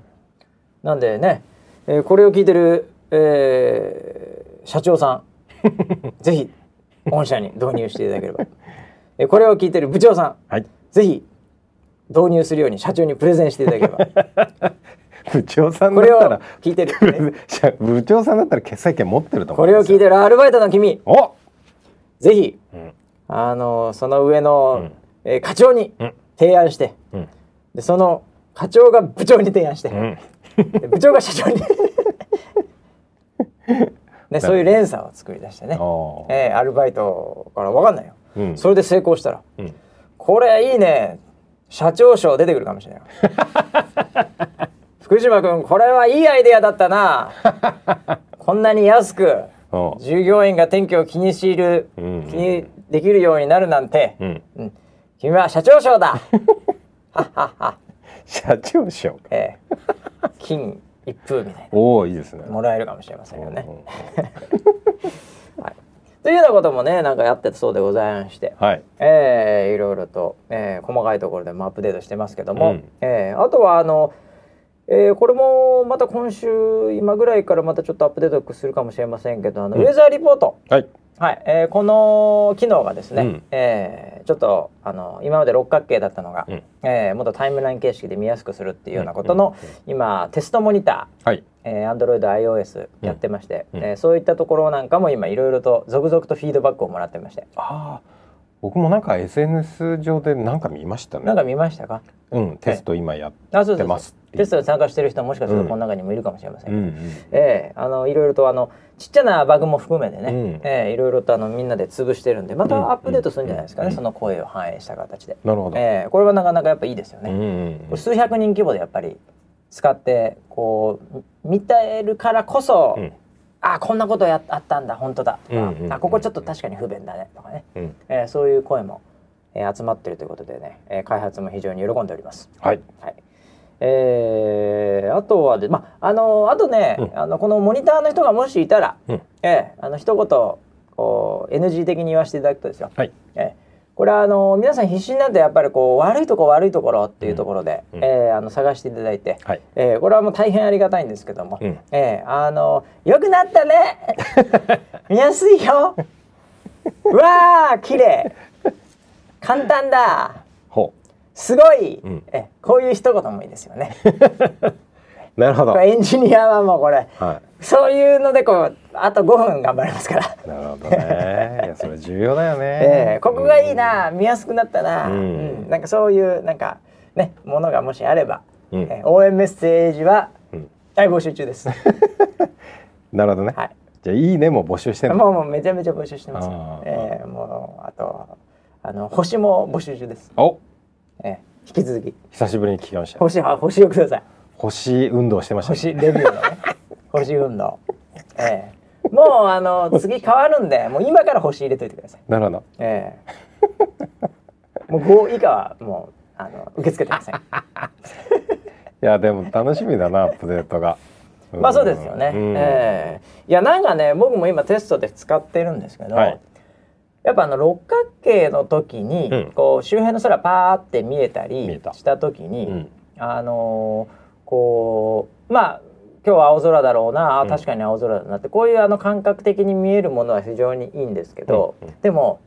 Speaker 1: なんでね、えーこれを聞いてる、えー社長さ んぜひ御社に導入していただければ、えーこれを聞いてる部長さ
Speaker 2: はい
Speaker 1: んぜひ導入するように社長にプレゼンしていただければ
Speaker 2: 部長さん
Speaker 1: こ
Speaker 2: だっ
Speaker 1: れを
Speaker 2: たら
Speaker 1: 聞いてる、
Speaker 2: プレゼン しゃ部長さんだったら決裁権持ってると思
Speaker 1: こ
Speaker 2: うん
Speaker 1: れを
Speaker 2: で
Speaker 1: 聞
Speaker 2: す
Speaker 1: い
Speaker 2: よ
Speaker 1: てるアルバイトの君
Speaker 2: お
Speaker 1: ぜひ
Speaker 2: うん
Speaker 1: あのその上の、
Speaker 2: うん
Speaker 1: えー課長に
Speaker 2: うん
Speaker 1: 提案して、
Speaker 2: うん
Speaker 1: でその課長が部長に提案して、
Speaker 2: うん
Speaker 1: で部長が社長に でそういう連鎖を作り出してね、
Speaker 2: おー
Speaker 1: えーアルバイトから分かんないよ、
Speaker 2: うん
Speaker 1: それで成功したら
Speaker 2: うん
Speaker 1: これいいね社長賞出てくるかもしれない 福島君これはいいアイデアだったなこんなに安く
Speaker 2: おー
Speaker 1: 従業員が天気を気にしる、
Speaker 2: うん
Speaker 1: 気にできるようになるなんて、
Speaker 2: うん
Speaker 1: うん君は社長賞だはっはっは、
Speaker 2: 社長賞
Speaker 1: えー金一封みたい
Speaker 2: おおいいですね
Speaker 1: なもらえるかもしれませんよね
Speaker 2: う。ん
Speaker 1: というようなこともねなんかやってたそうでございまして、
Speaker 2: はい
Speaker 1: えーいろいろと、えー細かいところでもアップデートしてますけども、
Speaker 2: うん
Speaker 1: えーあとはあのえーこれもまた今週今ぐらいからまたちょっとアップデートするかもしれませんけどあの、
Speaker 2: うん
Speaker 1: ウェザーリポート、
Speaker 2: はい。
Speaker 1: はいえーこの機能がですね、
Speaker 2: うん
Speaker 1: えーちょっとあの今まで六角形だったのが、
Speaker 2: うん
Speaker 1: えーもっとタイムライン形式で見やすくするっていうようなことの、今テストモニター
Speaker 2: はい。
Speaker 1: えー Android、iOS やってまして、
Speaker 2: うんうん
Speaker 1: えーそういったところなんかも今いろいろと続々とフィードバックをもらってまして
Speaker 2: ああ、僕もなんか SNS 上でなんか見ましたね。
Speaker 1: なんか見ましたか
Speaker 2: うん、テスト今やっ
Speaker 1: あそうそ
Speaker 2: て
Speaker 1: うそ
Speaker 2: ま
Speaker 1: う
Speaker 2: すっていう。
Speaker 1: テストに参加してる人はもしかする
Speaker 2: うん
Speaker 1: とこの中にもいるかもしれません
Speaker 2: う
Speaker 1: けど、
Speaker 2: んうん。
Speaker 1: えーあのいろいろとあのちっちゃなバグも含めてね、
Speaker 2: うん
Speaker 1: えーいろいろとあのみんなで潰してるんでま
Speaker 2: うん
Speaker 1: たアップデートするんじゃないですかね、
Speaker 2: うん
Speaker 1: その声を反映した形で、
Speaker 2: なるほど。
Speaker 1: えーこれはなかなかやっぱいいですよ
Speaker 2: う
Speaker 1: ね、
Speaker 2: んうん
Speaker 1: これ数百人規模でやっぱり使ってこう見てるからこそ、
Speaker 2: うん。
Speaker 1: あこんなことやっあったんだ本当だとか、
Speaker 2: うんうんうん
Speaker 1: あここちょっと確かに不便だねとかね、
Speaker 2: うん
Speaker 1: えーそういう声も、えー集まってるということでね、えー開発も非常に喜んでおります。
Speaker 2: はい。
Speaker 1: はいえーあとはでまああのあとね、
Speaker 2: うん
Speaker 1: あのこのモニターの人がもしいたら、
Speaker 2: うん
Speaker 1: えーあの一言こう NG 的に言わせていただくとですよ、
Speaker 2: はい。
Speaker 1: えーこれはあの皆さん必死になってやっぱりこう悪いとこ悪いところっていうところで、
Speaker 2: うんうん
Speaker 1: えーあの探していただいて、
Speaker 2: はい。
Speaker 1: えーこれはもう大変ありがたいんですけども、
Speaker 2: うん
Speaker 1: えーあのよくなった ね見やすいようわあ綺麗簡単だ
Speaker 2: ほ
Speaker 1: すごい、
Speaker 2: うん
Speaker 1: えーこういう一言もいいですよね
Speaker 2: う。なるほど。
Speaker 1: こ
Speaker 2: は
Speaker 1: れエンジニアはもうこれ
Speaker 2: い。
Speaker 1: そういうのでこうあと5分頑張れますから、
Speaker 2: なるほどね。いや、それ重要だよ
Speaker 1: え
Speaker 2: ね
Speaker 1: ー。ここがいいな見やすくなったな、
Speaker 2: う
Speaker 1: うんんなんかそういうなんかねものがもしあれば、
Speaker 2: うん
Speaker 1: えー応援メッセージは
Speaker 2: うん
Speaker 1: 大募集中 です。
Speaker 2: なるほどね。
Speaker 1: はい
Speaker 2: じゃあ、いいねも募集してんの。
Speaker 1: もうもうめちゃめちゃ募集してます
Speaker 2: あ。ー
Speaker 1: えー、もうあとあの星も募集中です。
Speaker 2: お、
Speaker 1: えー、引き続き
Speaker 2: 久しぶりに聞きました。
Speaker 1: 星は星をください。
Speaker 2: 星運動してましたね。
Speaker 1: 星レビューのね 星運動。えー、もうあの次変わるんで、もう今から星入れといてください。
Speaker 2: なるほど。
Speaker 1: え ー、もう5以下はもうあの受け付けてません。
Speaker 2: いや、でも楽しみだな、アップデートが。ん
Speaker 1: まあそうですよね。
Speaker 2: うん
Speaker 1: えーいやなんかね僕も今テストで使ってるんですけど、
Speaker 2: はい
Speaker 1: やっぱあの六角形の時に、
Speaker 2: うん
Speaker 1: こう周辺の空パーって見えた
Speaker 2: 見え
Speaker 1: り
Speaker 2: た
Speaker 1: した時に、
Speaker 2: うん
Speaker 1: あのーこうまあ今日は青空だろうなあ
Speaker 2: うん
Speaker 1: 確かに青空だなって、こういうあの感覚的に見えるものは非常にいいんですけど、
Speaker 2: うんうん
Speaker 1: でも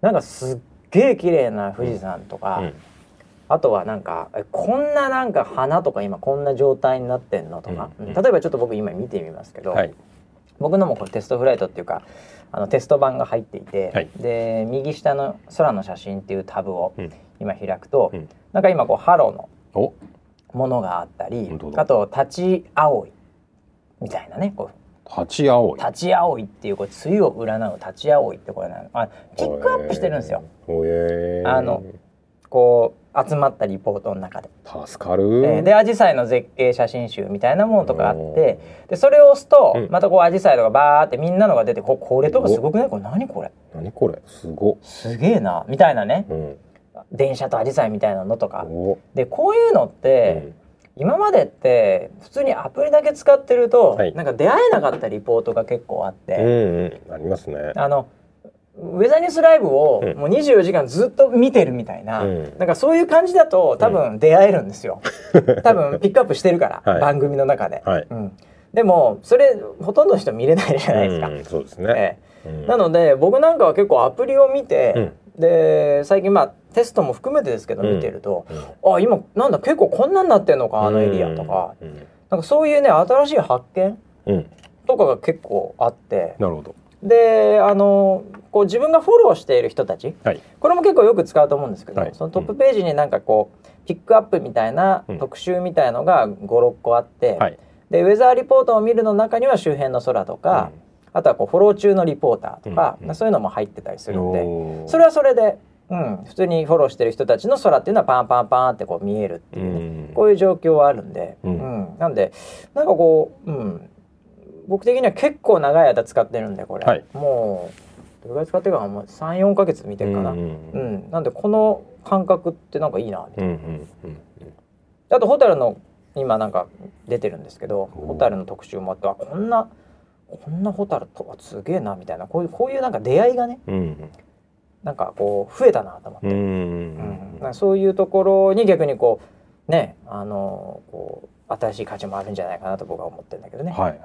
Speaker 1: なんかすっげえ綺麗な富士山とか、
Speaker 2: うん
Speaker 1: あとはなんかえこんななんか花とか今こんな状態になってんのとか、
Speaker 2: うん
Speaker 1: うん例えばちょっと僕今見てみますけど、
Speaker 2: はい。
Speaker 1: 僕のもこれテストフライトっていうかあのテスト版が入っていて、
Speaker 2: はい
Speaker 1: で右下の「空の写真」っていうタブを
Speaker 2: うん
Speaker 1: 今開くと、
Speaker 2: うん
Speaker 1: なんか今こうハローの
Speaker 2: お、
Speaker 1: ものがあったり
Speaker 2: 本当だ
Speaker 1: あと「立ち青い」みたいなねこう
Speaker 2: 立ち青い。
Speaker 1: 立ち青いっていうこれ梅雨を占う立ち青いってこれなのあピックアップしてるんですよ、
Speaker 2: へー。へー
Speaker 1: あのこう集まったリポートの中で。
Speaker 2: 助かる。
Speaker 1: えーでアジサイの絶景写真集みたいなものとかあってでそれを押すと、
Speaker 2: うん
Speaker 1: またこうアジサイとかバーってみんなのが出てここれとかすごくないこれ何これ
Speaker 2: 何これ、すご。
Speaker 1: すげえなみたいなね
Speaker 2: うん。
Speaker 1: 電車とアジサイみたいなのとか
Speaker 2: お、
Speaker 1: でこういうのって、今までって普通にアプリだけ使ってると、
Speaker 2: はい
Speaker 1: なんか出会えなかったリポートが結構あっ
Speaker 2: うん、う
Speaker 1: て、
Speaker 2: んうん、ありますね。
Speaker 1: あのウェザーニュースライブを
Speaker 2: うん
Speaker 1: もう24時間ずっと見てるみたいな、
Speaker 2: うん
Speaker 1: なんかそういう感じだと多分出会えるんですよ、多分ピックアップしてるから、
Speaker 2: はい
Speaker 1: 番組の中で、
Speaker 2: はい。
Speaker 1: うん、でもそれほとんどの人見れないじゃないですか。
Speaker 2: うん、そうですね。
Speaker 1: え
Speaker 2: うん
Speaker 1: え、なので僕なんかは結構アプリを見て、で最近まあテストも含めてですけど
Speaker 2: うん
Speaker 1: 見てると、
Speaker 2: うん
Speaker 1: あ今なんだ結構こんなんなってんのかあのエリアとか、
Speaker 2: うん
Speaker 1: なんかそういうね新しい発見
Speaker 2: うん、
Speaker 1: とかが結構あって
Speaker 2: なるほど。
Speaker 1: であのこう自分がフォローしている人たち
Speaker 2: はい。
Speaker 1: これも結構よく使うと思うんですけど、
Speaker 2: はい
Speaker 1: そのトップページになんかこうピックアップみたいな
Speaker 2: うん
Speaker 1: 特集みたいのが56個あって、
Speaker 2: はい。
Speaker 1: でウェザーリポートを見るの中には周辺の空とか、あとはこうフォロー中のリポーターとか、
Speaker 2: うんうん
Speaker 1: そういうのも入ってたりするんで
Speaker 2: おー
Speaker 1: それはそれで、うん、普通にフォローしてる人たちの空っていうのはパンパンパンってこう見えるって
Speaker 2: う
Speaker 1: いうね、
Speaker 2: ん、
Speaker 1: こういう状況はあるんで、
Speaker 2: う
Speaker 1: うんんなんでなんかこう、うん、僕的には結構長い間使ってるんでこれ、
Speaker 2: はい
Speaker 1: もうどれぐらい使ってるかなもう34ヶ月見てるかな、
Speaker 2: う
Speaker 1: うんん
Speaker 2: うんうん
Speaker 1: なんでこの感覚ってなんかいいなみたいな
Speaker 2: うんうんうん
Speaker 1: あと蛍の今なんか出てるんですけど
Speaker 2: おー
Speaker 1: 蛍の特集もあってあこんなこんな蛍とあすげえなみたいなこういうこういうなんか出会いがね
Speaker 2: うんうん
Speaker 1: なんかこう増えたなと思って、
Speaker 2: うんうんう
Speaker 1: うん
Speaker 2: ん
Speaker 1: なんかそういうところに逆にこうねあのこう新しい価値もあるんじゃないかなと僕は思ってるんだけどね、
Speaker 2: はいはい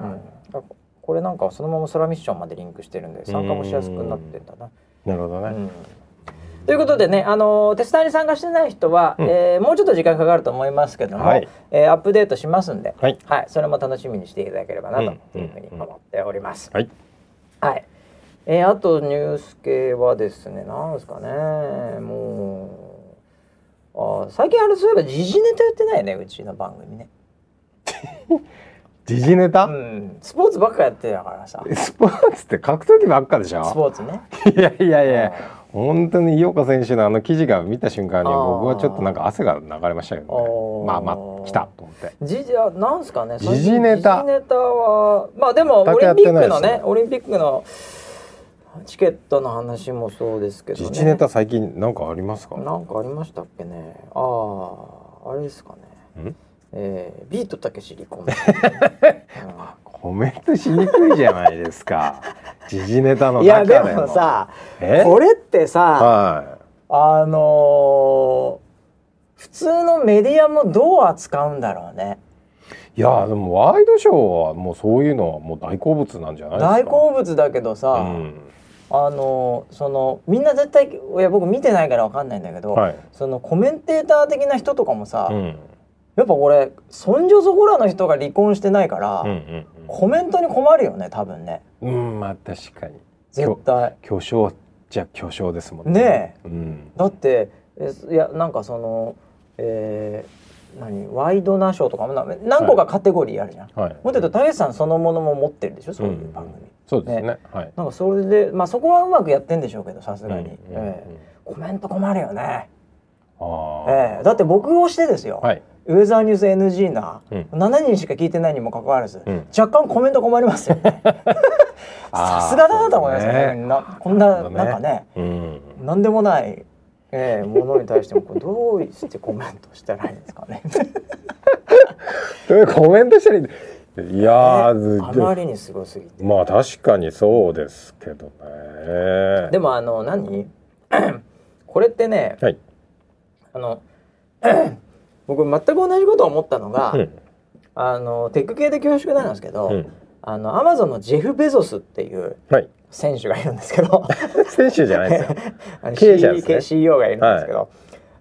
Speaker 1: うん、これなんかはそのまま空ミッションまでリンクしてるんで参加もしやすくなってんだな。
Speaker 2: なるほどね、
Speaker 1: うんということでね、あのーテスターに参加してない人は、
Speaker 2: うん
Speaker 1: えーもうちょっと時間かかると思いますけども、
Speaker 2: はい
Speaker 1: えーアップデートしますんで、
Speaker 2: はい
Speaker 1: それも楽しみにしていただければなというふうに
Speaker 2: うんうんうん
Speaker 1: 思っております。
Speaker 2: はい
Speaker 1: はい。えーあとニュース系はですね、なんですかね、もう、あー最近あれそういえば時事ネタやってないね、うちの番組ね。
Speaker 2: 時事ネタ、
Speaker 1: うん、スポーツばっかやってたからさ、
Speaker 2: スポーツって格闘技ばっかでし
Speaker 1: ス
Speaker 2: ょ
Speaker 1: ポーツね。
Speaker 2: いやいやい
Speaker 1: うん
Speaker 2: や本当に井岡選手のあの記事が見た瞬間に
Speaker 1: あー
Speaker 2: 僕はちょっとなんか汗が流れましたけど
Speaker 1: おー
Speaker 2: ねまあまあ来たと思って
Speaker 1: 時事あなんすかね
Speaker 2: 時事ネタ
Speaker 1: 最近時事ネタはまあでもオリンピックのね
Speaker 2: 全くやってないですね
Speaker 1: オリンピックのチケットの話もそうですけどね
Speaker 2: 時事ネタ最近なんかありますか
Speaker 1: なんかありましたっけねあああれですかね
Speaker 2: ん
Speaker 1: えー、ビートたけし離 婚、
Speaker 2: コメントしにくいじゃないで すか時事ネタ
Speaker 1: う
Speaker 2: の
Speaker 1: んいや
Speaker 2: 中
Speaker 1: で
Speaker 2: での
Speaker 1: もさ
Speaker 2: え
Speaker 1: これってさ
Speaker 2: は
Speaker 1: あのー普通のメディアもどう扱うんだろうね
Speaker 2: いいやでもワイドショーはもうそういうのはもう大好物なんじゃないですか
Speaker 1: 大好物だけどさ、
Speaker 2: うん
Speaker 1: あのそのみんな絶対いや僕見てないからわかんないんだけど、
Speaker 2: はい
Speaker 1: そのコメンテーター的な人とかもさ、
Speaker 2: うん
Speaker 1: やっぱこれそんじょそこらの人が離婚してないから、
Speaker 2: うん
Speaker 1: コメントに困るよね多分ね
Speaker 2: うんうんうんまあ確かに
Speaker 1: 絶対。
Speaker 2: 巨匠じゃ巨匠ですもん
Speaker 1: ね
Speaker 2: うん
Speaker 1: だってえいやなんかその、えー何ワイドナショーとかもな何個かカテゴリーあるじゃん。
Speaker 2: はい
Speaker 1: もっと言うとたけしさんそのものも持ってるでしょそういう番組。
Speaker 2: んそうですねはい
Speaker 1: なんかそれでまあそこはうまくやってんでしょうけどさすがに、
Speaker 2: うんうんうん
Speaker 1: ええコメント困るよね。
Speaker 2: ああ、
Speaker 1: ええだって僕をしてですよ、
Speaker 2: はい
Speaker 1: ウェザーニュース NG な、
Speaker 2: うん
Speaker 1: 7人しか聞いてないにもかかわらず、
Speaker 2: うん
Speaker 1: 若干コメント困りますよね
Speaker 2: あ
Speaker 1: さ
Speaker 2: ー
Speaker 1: すがだなと思いますよ
Speaker 2: そう
Speaker 1: ね
Speaker 2: ね
Speaker 1: なこんな
Speaker 2: なるほどね
Speaker 1: なんかね
Speaker 2: うん
Speaker 1: 何でもない、ええものに対しても これどうしてコメントしたらいいんですかね
Speaker 2: どういうコメントしたらいいんだいや ー、
Speaker 1: あ
Speaker 2: ず
Speaker 1: まりにすごすぎて
Speaker 2: まあ確かにそうですけどね
Speaker 1: でもあの何 これってね
Speaker 2: はい、
Speaker 1: あの 僕全く同じことを思ったのが、
Speaker 2: うん
Speaker 1: あのテック系で恐縮なんですけど、
Speaker 2: うん、
Speaker 1: あのアマゾンのジェフ・ベゾスっていう
Speaker 2: はい
Speaker 1: 選手がいるんですけど
Speaker 2: 選手じゃないですよ
Speaker 1: あの
Speaker 2: 経営者です
Speaker 1: CEO
Speaker 2: ね
Speaker 1: CEO がいるんですけど、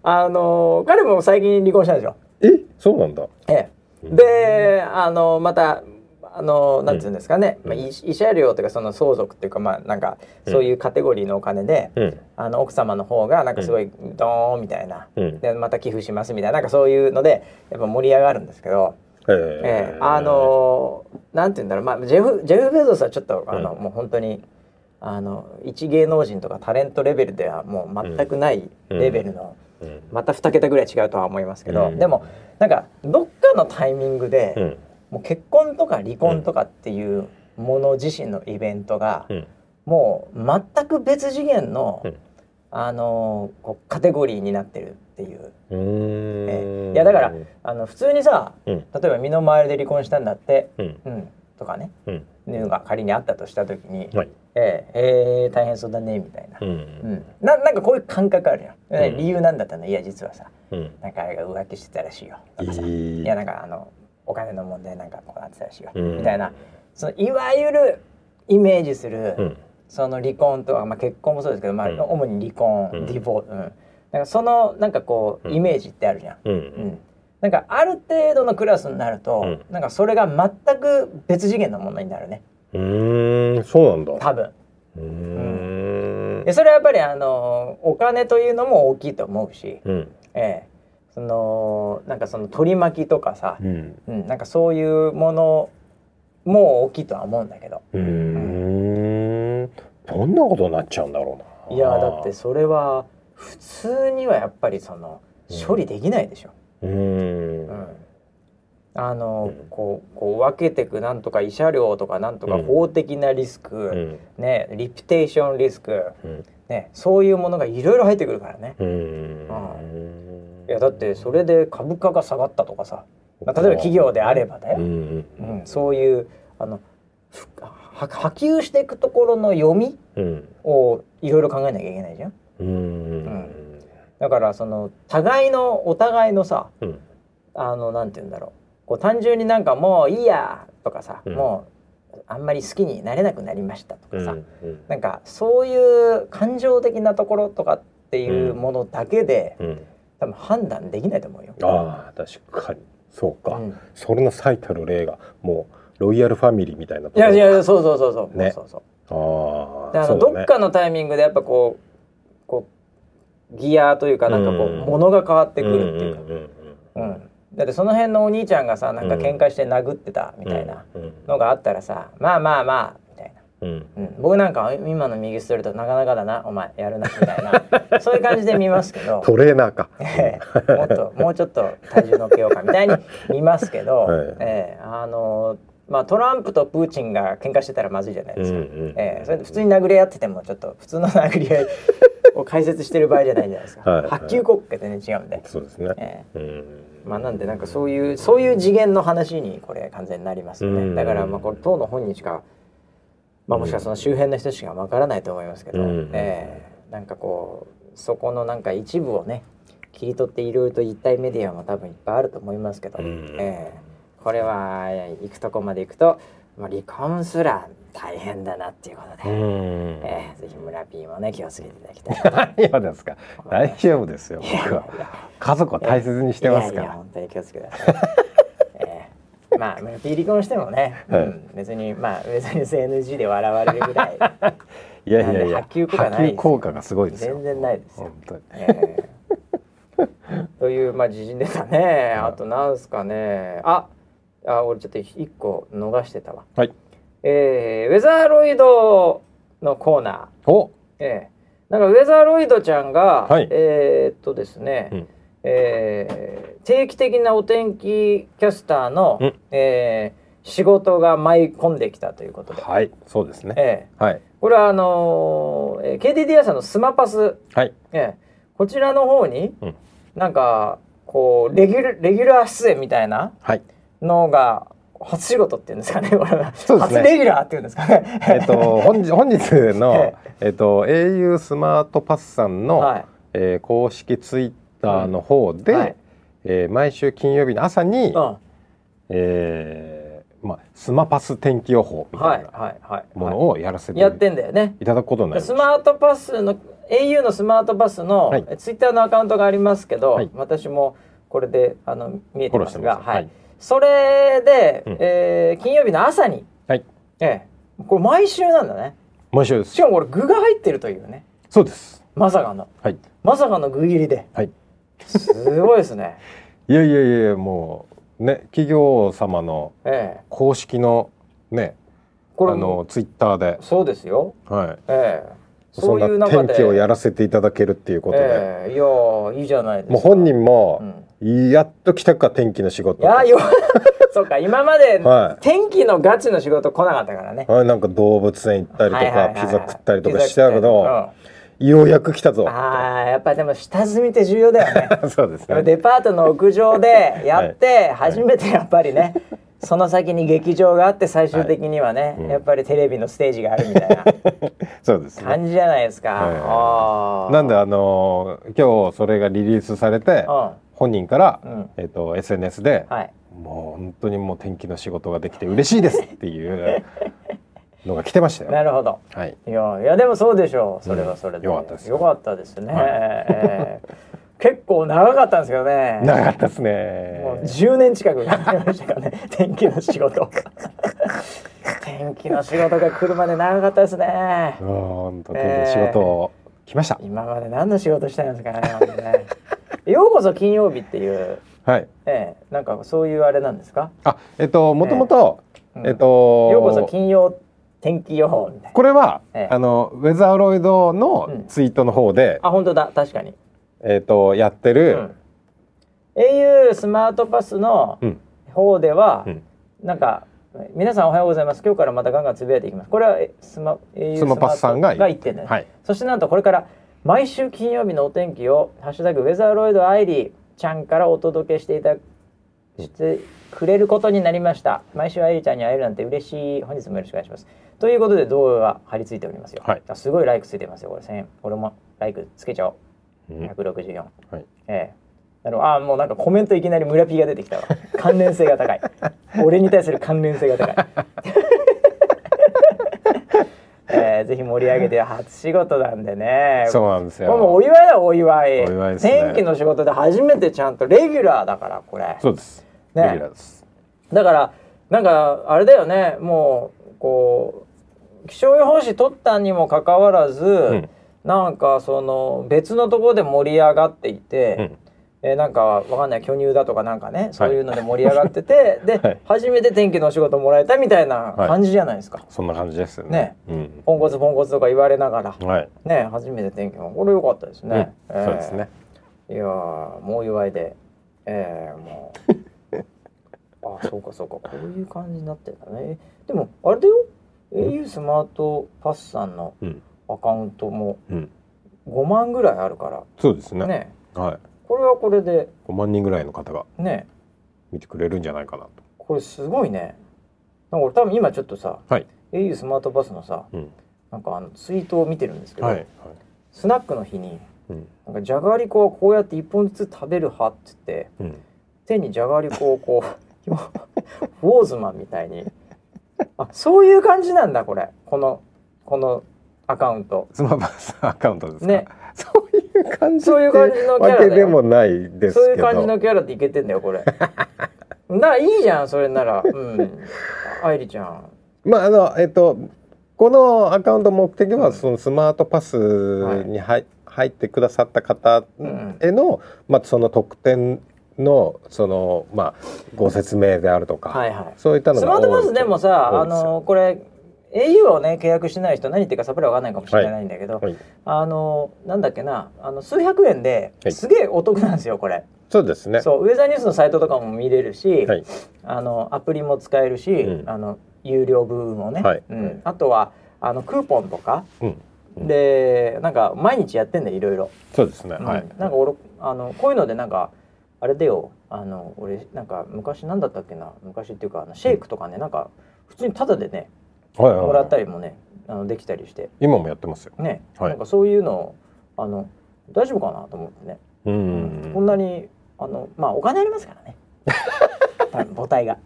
Speaker 1: あの彼も最近離婚したんですよ。
Speaker 2: えそうなんだ
Speaker 1: ええ、であのまたあのなんていうんですかね、まあ、い慰謝料というかその相続っていうかまあなんかそういうカテゴリーのお金で、
Speaker 2: うん
Speaker 1: あの奥様の方がなんかすごいドーンみたいな、
Speaker 2: うん
Speaker 1: でまた寄付しますみたいななんかそういうのでやっぱ盛り上がるんですけど。
Speaker 2: え
Speaker 1: ええあのーなんて言うんだろう、まあ、ジェフ・ジェフ・ベゾスはちょっとあの、
Speaker 2: う
Speaker 1: もう本当にあの一芸能人とかタレントレベルではもう全くない
Speaker 2: うん
Speaker 1: レベルの、
Speaker 2: うん
Speaker 1: また2桁ぐらい違うとは思いますけど、
Speaker 2: うん
Speaker 1: でもなんかどっかのタイミングで、
Speaker 2: うん
Speaker 1: もう結婚とか離婚とかっていうもの自身のイベントが、
Speaker 2: うん
Speaker 1: もう全く別次元の、
Speaker 2: うん
Speaker 1: あのーこうカテゴリーになってるっていう。
Speaker 2: うー
Speaker 1: ええ
Speaker 2: ん
Speaker 1: いやだからあの普通にさ
Speaker 2: うん
Speaker 1: 例えば身の回りで離婚したんだって、
Speaker 2: うん
Speaker 1: うん、とかね
Speaker 2: うん
Speaker 1: いうのが仮にあったとした時に
Speaker 2: はい
Speaker 1: 「ええええ大変そうだね」みたいな、
Speaker 2: う
Speaker 1: うんん、ななんかこういう感覚あるやん、
Speaker 2: うん
Speaker 1: 理由なんだったのいや実はさ
Speaker 2: うん
Speaker 1: なんかあれが浮気してたらしいよとかさ、
Speaker 2: い
Speaker 1: いやなんかあのお金の問題なんかこうなってたらしいよ、
Speaker 2: うん
Speaker 1: みたいなそのいわゆるイメージする、
Speaker 2: うん
Speaker 1: その離婚とか、まあ、結婚もそうですけど、まあ
Speaker 2: うん
Speaker 1: 主に離婚、
Speaker 2: うん
Speaker 1: ディボーうん、なんかそのなんかこう
Speaker 2: うん
Speaker 1: イメージってあるじゃん。
Speaker 2: う
Speaker 1: うんんなんかある程度のクラスになると、なんかそれが全く別次元のものになるね
Speaker 2: うーんそうなんだ
Speaker 1: 多分
Speaker 2: うーん
Speaker 1: でそれはやっぱりあのお金というのも大きいと思うし、
Speaker 2: うん
Speaker 1: ええ、そのなんかその取り巻きとかさ、
Speaker 2: うん
Speaker 1: うん、なんかそういうものも大きいとは思うんだけど
Speaker 2: うーんどんなことになっちゃうんだろうない
Speaker 1: いやだってそれは普通にはやっぱりその
Speaker 2: うん
Speaker 1: 処理できないでしょ。
Speaker 2: うーん
Speaker 1: うんあの
Speaker 2: うん
Speaker 1: こうこう分けてくなんとか慰謝料とかなんとか
Speaker 2: うん
Speaker 1: 法的なリスク、
Speaker 2: うん
Speaker 1: ね、リピテーションリスク、
Speaker 2: うん
Speaker 1: ね、そういうものがいろいろ入ってくるからね。
Speaker 2: う
Speaker 1: いやだってそれで株価が下がったとかさ、まあ、例えば企業であればだ
Speaker 2: う
Speaker 1: よ、
Speaker 2: ん
Speaker 1: うんそういうあのふは波及していくところの読み
Speaker 2: うん
Speaker 1: をいろいろ考えなきゃいけないじゃん。
Speaker 2: うんうん
Speaker 1: だからその互いのお互いのさ
Speaker 2: うん
Speaker 1: あのなんて言うんだろうこう単純になんかもういいやとかさ、
Speaker 2: うん
Speaker 1: もうあんまり好きになれなくなりましたと
Speaker 2: う
Speaker 1: か
Speaker 2: ん
Speaker 1: さ、
Speaker 2: うん
Speaker 1: なんかそういう感情的なところとかっていうものだけで、
Speaker 2: うん、
Speaker 1: 多分判断できないと思うよ。
Speaker 2: ああ確かにそうか、
Speaker 1: うん
Speaker 2: それの最たる例がもうロイヤルファミリーみたいないとこ
Speaker 1: や
Speaker 2: ろ
Speaker 1: いやそうそうそうそう、
Speaker 2: ね
Speaker 1: そうそうであの、
Speaker 2: ああそうだ
Speaker 1: ど
Speaker 2: ね
Speaker 1: っかのタイミングでやっぱこうこうギアというかなんかこう、
Speaker 2: うん
Speaker 1: 物が変わってくるっていうか、
Speaker 2: んんん
Speaker 1: うんだってその辺のお兄ちゃんがさなんか喧嘩して殴ってたみたいな
Speaker 2: うん
Speaker 1: のがあったらさ、まあまあまあみたいな、
Speaker 2: うん
Speaker 1: うん、僕なんか今の右ストレートなかなかだなお前やるなみたい なそういう感じで見ますけど。
Speaker 2: トレーナーか
Speaker 1: ええもっともうちょっと体重乗っけよう かみたいに見ますけど、
Speaker 2: はい
Speaker 1: ええあのまあトランプとプーチンが喧嘩してたらまずいじゃないですか、
Speaker 2: うん
Speaker 1: ええそれで普通に殴り合っててもちょっと普通の殴り合いを解説してる場合じゃないじゃないですか、
Speaker 2: はいはい
Speaker 1: 発球国家全然違うんで、
Speaker 2: そうですね、
Speaker 1: え
Speaker 2: うん
Speaker 1: えまあなんでなんかそういうそういう次元の話にこれ完全になりますよね、
Speaker 2: うん
Speaker 1: だからまあこれ党の本人しか、まあ、もしかしたらその周辺の人しかわからないと思いますけど、
Speaker 2: うん
Speaker 1: ええなんかこうそこのなんか一部をね切り取っていろいろと一体メディアも多分いっぱいあると思いますけど、
Speaker 2: うん
Speaker 1: ええこれは行くとこまで行くと、まあ、離婚すら大変だなっていうことで。
Speaker 2: うん
Speaker 1: えー、ぜひ村 P もね気をつけていただきたいなと
Speaker 2: 何がですか
Speaker 1: 思い
Speaker 2: 大
Speaker 1: ます。
Speaker 2: 丈夫ですよ
Speaker 1: いやい
Speaker 2: 僕は
Speaker 1: や
Speaker 2: 家族を大切にしてますか
Speaker 1: いやいや
Speaker 2: ら
Speaker 1: 本当に気をつけてください。えーまあ村 P 離婚してもね、
Speaker 2: はい
Speaker 1: うん別にまあ別に CNG で笑われるぐらい、
Speaker 2: いやいやい
Speaker 1: な
Speaker 2: や
Speaker 1: んで波及効果ないですよ
Speaker 2: 波及効果がすごいですよ
Speaker 1: 全然ないですよ
Speaker 2: 本当に
Speaker 1: えーというまあ時事ネタね。あとなんすかね。あ、あ俺ちょっと一個逃してたわ。
Speaker 2: はい
Speaker 1: えーウェザーロイドのコーナー。
Speaker 2: お
Speaker 1: ええなんかウェザーロイドちゃんが、
Speaker 2: はい
Speaker 1: えーっとですね、
Speaker 2: うん
Speaker 1: えー定期的なお天気キャスターの、
Speaker 2: うん
Speaker 1: えー仕事が舞い込んできたということで、
Speaker 2: はいそうですね
Speaker 1: ええ
Speaker 2: はい
Speaker 1: これはあのーえー KDDI さんのスマパス、
Speaker 2: はい
Speaker 1: ええこちらの方に、
Speaker 2: うん
Speaker 1: なんかこうレギュラレギュラー出演みたいな
Speaker 2: はい
Speaker 1: のが初仕事っていうんですかね これは
Speaker 2: そうですね
Speaker 1: 初レギュラーっていうんですかね。
Speaker 2: え っと本日本日の
Speaker 1: え
Speaker 2: えっと au スマートパスさん の、
Speaker 1: はい
Speaker 2: えー公式ツイッターの方で、
Speaker 1: うんはい
Speaker 2: えー毎週金曜日の朝に、
Speaker 1: うん、はい
Speaker 2: えーまあ、スマパス天気予報みた
Speaker 1: はいい
Speaker 2: な
Speaker 1: はい、
Speaker 2: ものをやらせて
Speaker 1: やってんだよね。
Speaker 2: いただくことになりまし
Speaker 1: ス
Speaker 2: た、
Speaker 1: マートパスの au のスマートパスの、
Speaker 2: はい
Speaker 1: えツイッターのアカウントがありますけど、
Speaker 2: はい
Speaker 1: 私もこれであの見えてますが
Speaker 2: フォローしてます
Speaker 1: はい
Speaker 2: はい
Speaker 1: それで、
Speaker 2: うん
Speaker 1: えー金曜日の朝に、
Speaker 2: はい
Speaker 1: ええこれ毎週なんだね
Speaker 2: 毎週で
Speaker 1: し
Speaker 2: す
Speaker 1: かもこれ具が入ってるというね
Speaker 2: そうです
Speaker 1: まさかの
Speaker 2: はい
Speaker 1: まさかの具入りで
Speaker 2: はい
Speaker 1: すごいですね、
Speaker 2: いやいやいやもうね企業様の
Speaker 1: ええ
Speaker 2: 公式のねあ
Speaker 1: これ
Speaker 2: のツイッターで、
Speaker 1: そうですよ、
Speaker 2: はい、
Speaker 1: ええ
Speaker 2: そ
Speaker 1: そういうん
Speaker 2: な
Speaker 1: 中
Speaker 2: 天
Speaker 1: で
Speaker 2: 気をやらせていただけるっていうことで、
Speaker 1: ええいやーいいじゃないですか
Speaker 2: もう本人も、
Speaker 1: うん
Speaker 2: やっと来たか天気の仕事
Speaker 1: い やよそうか今まで
Speaker 2: はい
Speaker 1: 天気のガチの仕事来なかったからね。
Speaker 2: はい、なんか動物園行ったりとか、
Speaker 1: はいはいはいはい
Speaker 2: ピザ食ったりとかしてたけど、ようやく来たぞ
Speaker 1: うん、ああやっぱでも下積みって重要だ よね。
Speaker 2: そうです
Speaker 1: やっぱ
Speaker 2: ね
Speaker 1: デパートの屋上でやって初めてやっぱりね、その先に劇場があって最終的にはね、
Speaker 2: うん
Speaker 1: やっぱりテレビのステージがあるみたいな
Speaker 2: そうですね
Speaker 1: 感じじゃないですか。
Speaker 2: はいはいはい
Speaker 1: あー
Speaker 2: なんであのー今日それがリリースされて
Speaker 1: う
Speaker 2: 本人から、
Speaker 1: うん
Speaker 2: えっと SNS で、
Speaker 1: ん、はい
Speaker 2: もう本当にもう天気の仕事ができて嬉しいですって いうのが来てました
Speaker 1: な
Speaker 2: よ
Speaker 1: るほど。
Speaker 2: はい
Speaker 1: いやいやでもそうでしょうそれはそれで、
Speaker 2: うんよかったです
Speaker 1: よかったですね、
Speaker 2: はい
Speaker 1: えー結構長かったんですけどね
Speaker 2: 長かったですね
Speaker 1: もう10年近くやってましたからね 天気の仕事 天気の仕事が来るまで長かったですね
Speaker 2: うん本当天気の仕事を来ました、
Speaker 1: 今まで何の仕事したんですかね本当 ねようこそ金曜日っていう、
Speaker 2: はい
Speaker 1: ええなんかそういうあれなんですか、
Speaker 2: あえっともともと
Speaker 1: うん
Speaker 2: えっと
Speaker 1: ようこそ金曜天気予報みたいな
Speaker 2: これは、
Speaker 1: ええ
Speaker 2: あのウェザーロイドのツイートの方で、
Speaker 1: あ本当だ確かに、
Speaker 2: えっ、とやって
Speaker 1: う
Speaker 2: る
Speaker 1: ん、、au スマートパスの
Speaker 2: うん
Speaker 1: 方では、
Speaker 2: うん
Speaker 1: なんか皆さんおはようございます今日からまたガンガンつぶやいていきますこれはえスマ au
Speaker 2: スマパスさん
Speaker 1: スマ
Speaker 2: が
Speaker 1: ートが言ってんだよね、
Speaker 2: はい、
Speaker 1: そしてなんとこれから毎週金曜日のお天気を「ハッシュタグウェザーロイドアイリーちゃん」からお届けしていたしてくれることになりました毎週アイリーちゃんに会えるなんて嬉しい本日もよろしくお願いしますということで動画が貼り付いておりますよ、
Speaker 2: はい
Speaker 1: あすごいライクついてますよこれ1000円俺もライクつけちゃおう
Speaker 2: うん
Speaker 1: 164、
Speaker 2: はい
Speaker 1: ええなるほどあーもうなんかコメントいきなり村ピーが出てき たわ関連性が高い俺に対する関連性が高 い、えーぜひ盛り上げて初仕事なんでね
Speaker 2: そうなんです
Speaker 1: これもうお祝
Speaker 2: よ
Speaker 1: いだよお祝い
Speaker 2: お祝いですね
Speaker 1: 天気の仕事で初めてちゃんとレギュラーだからこれ
Speaker 2: そうです、
Speaker 1: ね
Speaker 2: レギュラーです
Speaker 1: だからなんかあれだよねもうこう気象予報士取ったにもかかわらず、
Speaker 2: ん
Speaker 1: なんかその別のところで盛り上がっていて、
Speaker 2: うん
Speaker 1: えーなんかわかんない巨乳だとかなんかねそういうので盛り上がってて、 で、
Speaker 2: はい
Speaker 1: 初めて天気のお仕事もらえたみたいな感じじゃないですか、
Speaker 2: そんな感じですよね
Speaker 1: ねポンコツポンコツとか言われながら
Speaker 2: うん、はい、
Speaker 1: ね初めて天気のこれ良かったですね、
Speaker 2: うんそうですね
Speaker 1: えーいやーもう祝いでえー、も うあそうかそうかこういう感じになってるんだねでもあれだよ au スマートパスさんの
Speaker 2: うん
Speaker 1: アカウントも
Speaker 2: うん
Speaker 1: 5万ぐらいあるか
Speaker 2: そうですね
Speaker 1: らね
Speaker 2: はい
Speaker 1: これはこれで
Speaker 2: 5万人ぐらいの方が
Speaker 1: ね
Speaker 2: 見てくれるんじゃないかなと
Speaker 1: これすごいねなんか俺多分今ちょっとさ、
Speaker 2: はい
Speaker 1: au スマートパスのさ
Speaker 2: うん
Speaker 1: なんかあのツイートを見てるんですけど、
Speaker 2: はい、はい
Speaker 1: スナックの日に
Speaker 2: うん
Speaker 1: なんかじゃがりこはこうやって1本ずつ食べる派って言って
Speaker 2: うん、
Speaker 1: 手にじゃがりこをこう ウォーズマンみたいにあそういう感じなんだこれこのこのアカウント
Speaker 2: スマパスアカウントですか、
Speaker 1: ね
Speaker 2: そういう感じ
Speaker 1: そういう感じのキャラだ
Speaker 2: わけ
Speaker 1: よ
Speaker 2: でもないですけど
Speaker 1: そういう感じのキャラっていけてんだよこ れだからいいじゃんそれならうん愛理ちゃん
Speaker 2: まああのえっとこのアカウント目的
Speaker 1: う
Speaker 2: は
Speaker 1: ん
Speaker 2: そのスマートパスに入,、入ってくださった方
Speaker 1: うん
Speaker 2: への、まあその特典のそのまあご説明であるとか、
Speaker 1: はいはい
Speaker 2: そういったの
Speaker 1: ス
Speaker 2: が
Speaker 1: マ
Speaker 2: 多
Speaker 1: ー
Speaker 2: い
Speaker 1: トパスでもさ
Speaker 2: 多
Speaker 1: あ
Speaker 2: いですよ
Speaker 1: のこれ au をね契約してない人何言ってるかさっぱりわかんないかもしれないんだけど、
Speaker 2: はい、
Speaker 1: あのなんだっけなあの数百円で
Speaker 2: はい
Speaker 1: すげえお得なんですよこれ、
Speaker 2: そうですね。
Speaker 1: そうウェザーニュースのサイトとかも見れるし、
Speaker 2: はい
Speaker 1: あのアプリも使えるし、
Speaker 2: うん
Speaker 1: あの有料部分もね、
Speaker 2: はい
Speaker 1: うん、あとはあのクーポンとか
Speaker 2: うん、うん
Speaker 1: でなんか毎日やってんだよいろいろ、
Speaker 2: そうですね。
Speaker 1: うん
Speaker 2: はい。
Speaker 1: なんか俺あのこういうのでなんかあれだよあの俺なんか昔なんだったっけな昔っていうかあのシェイクとかねなんか普通にタダでね
Speaker 2: はいはいはい
Speaker 1: もらったりもねあのできたりして
Speaker 2: 今もやってますよ。
Speaker 1: ね、
Speaker 2: はい
Speaker 1: なんかそういうのあの大丈夫かなと思ってね
Speaker 2: うん
Speaker 1: こんなにあのまあお金ありますからね 多分母体が、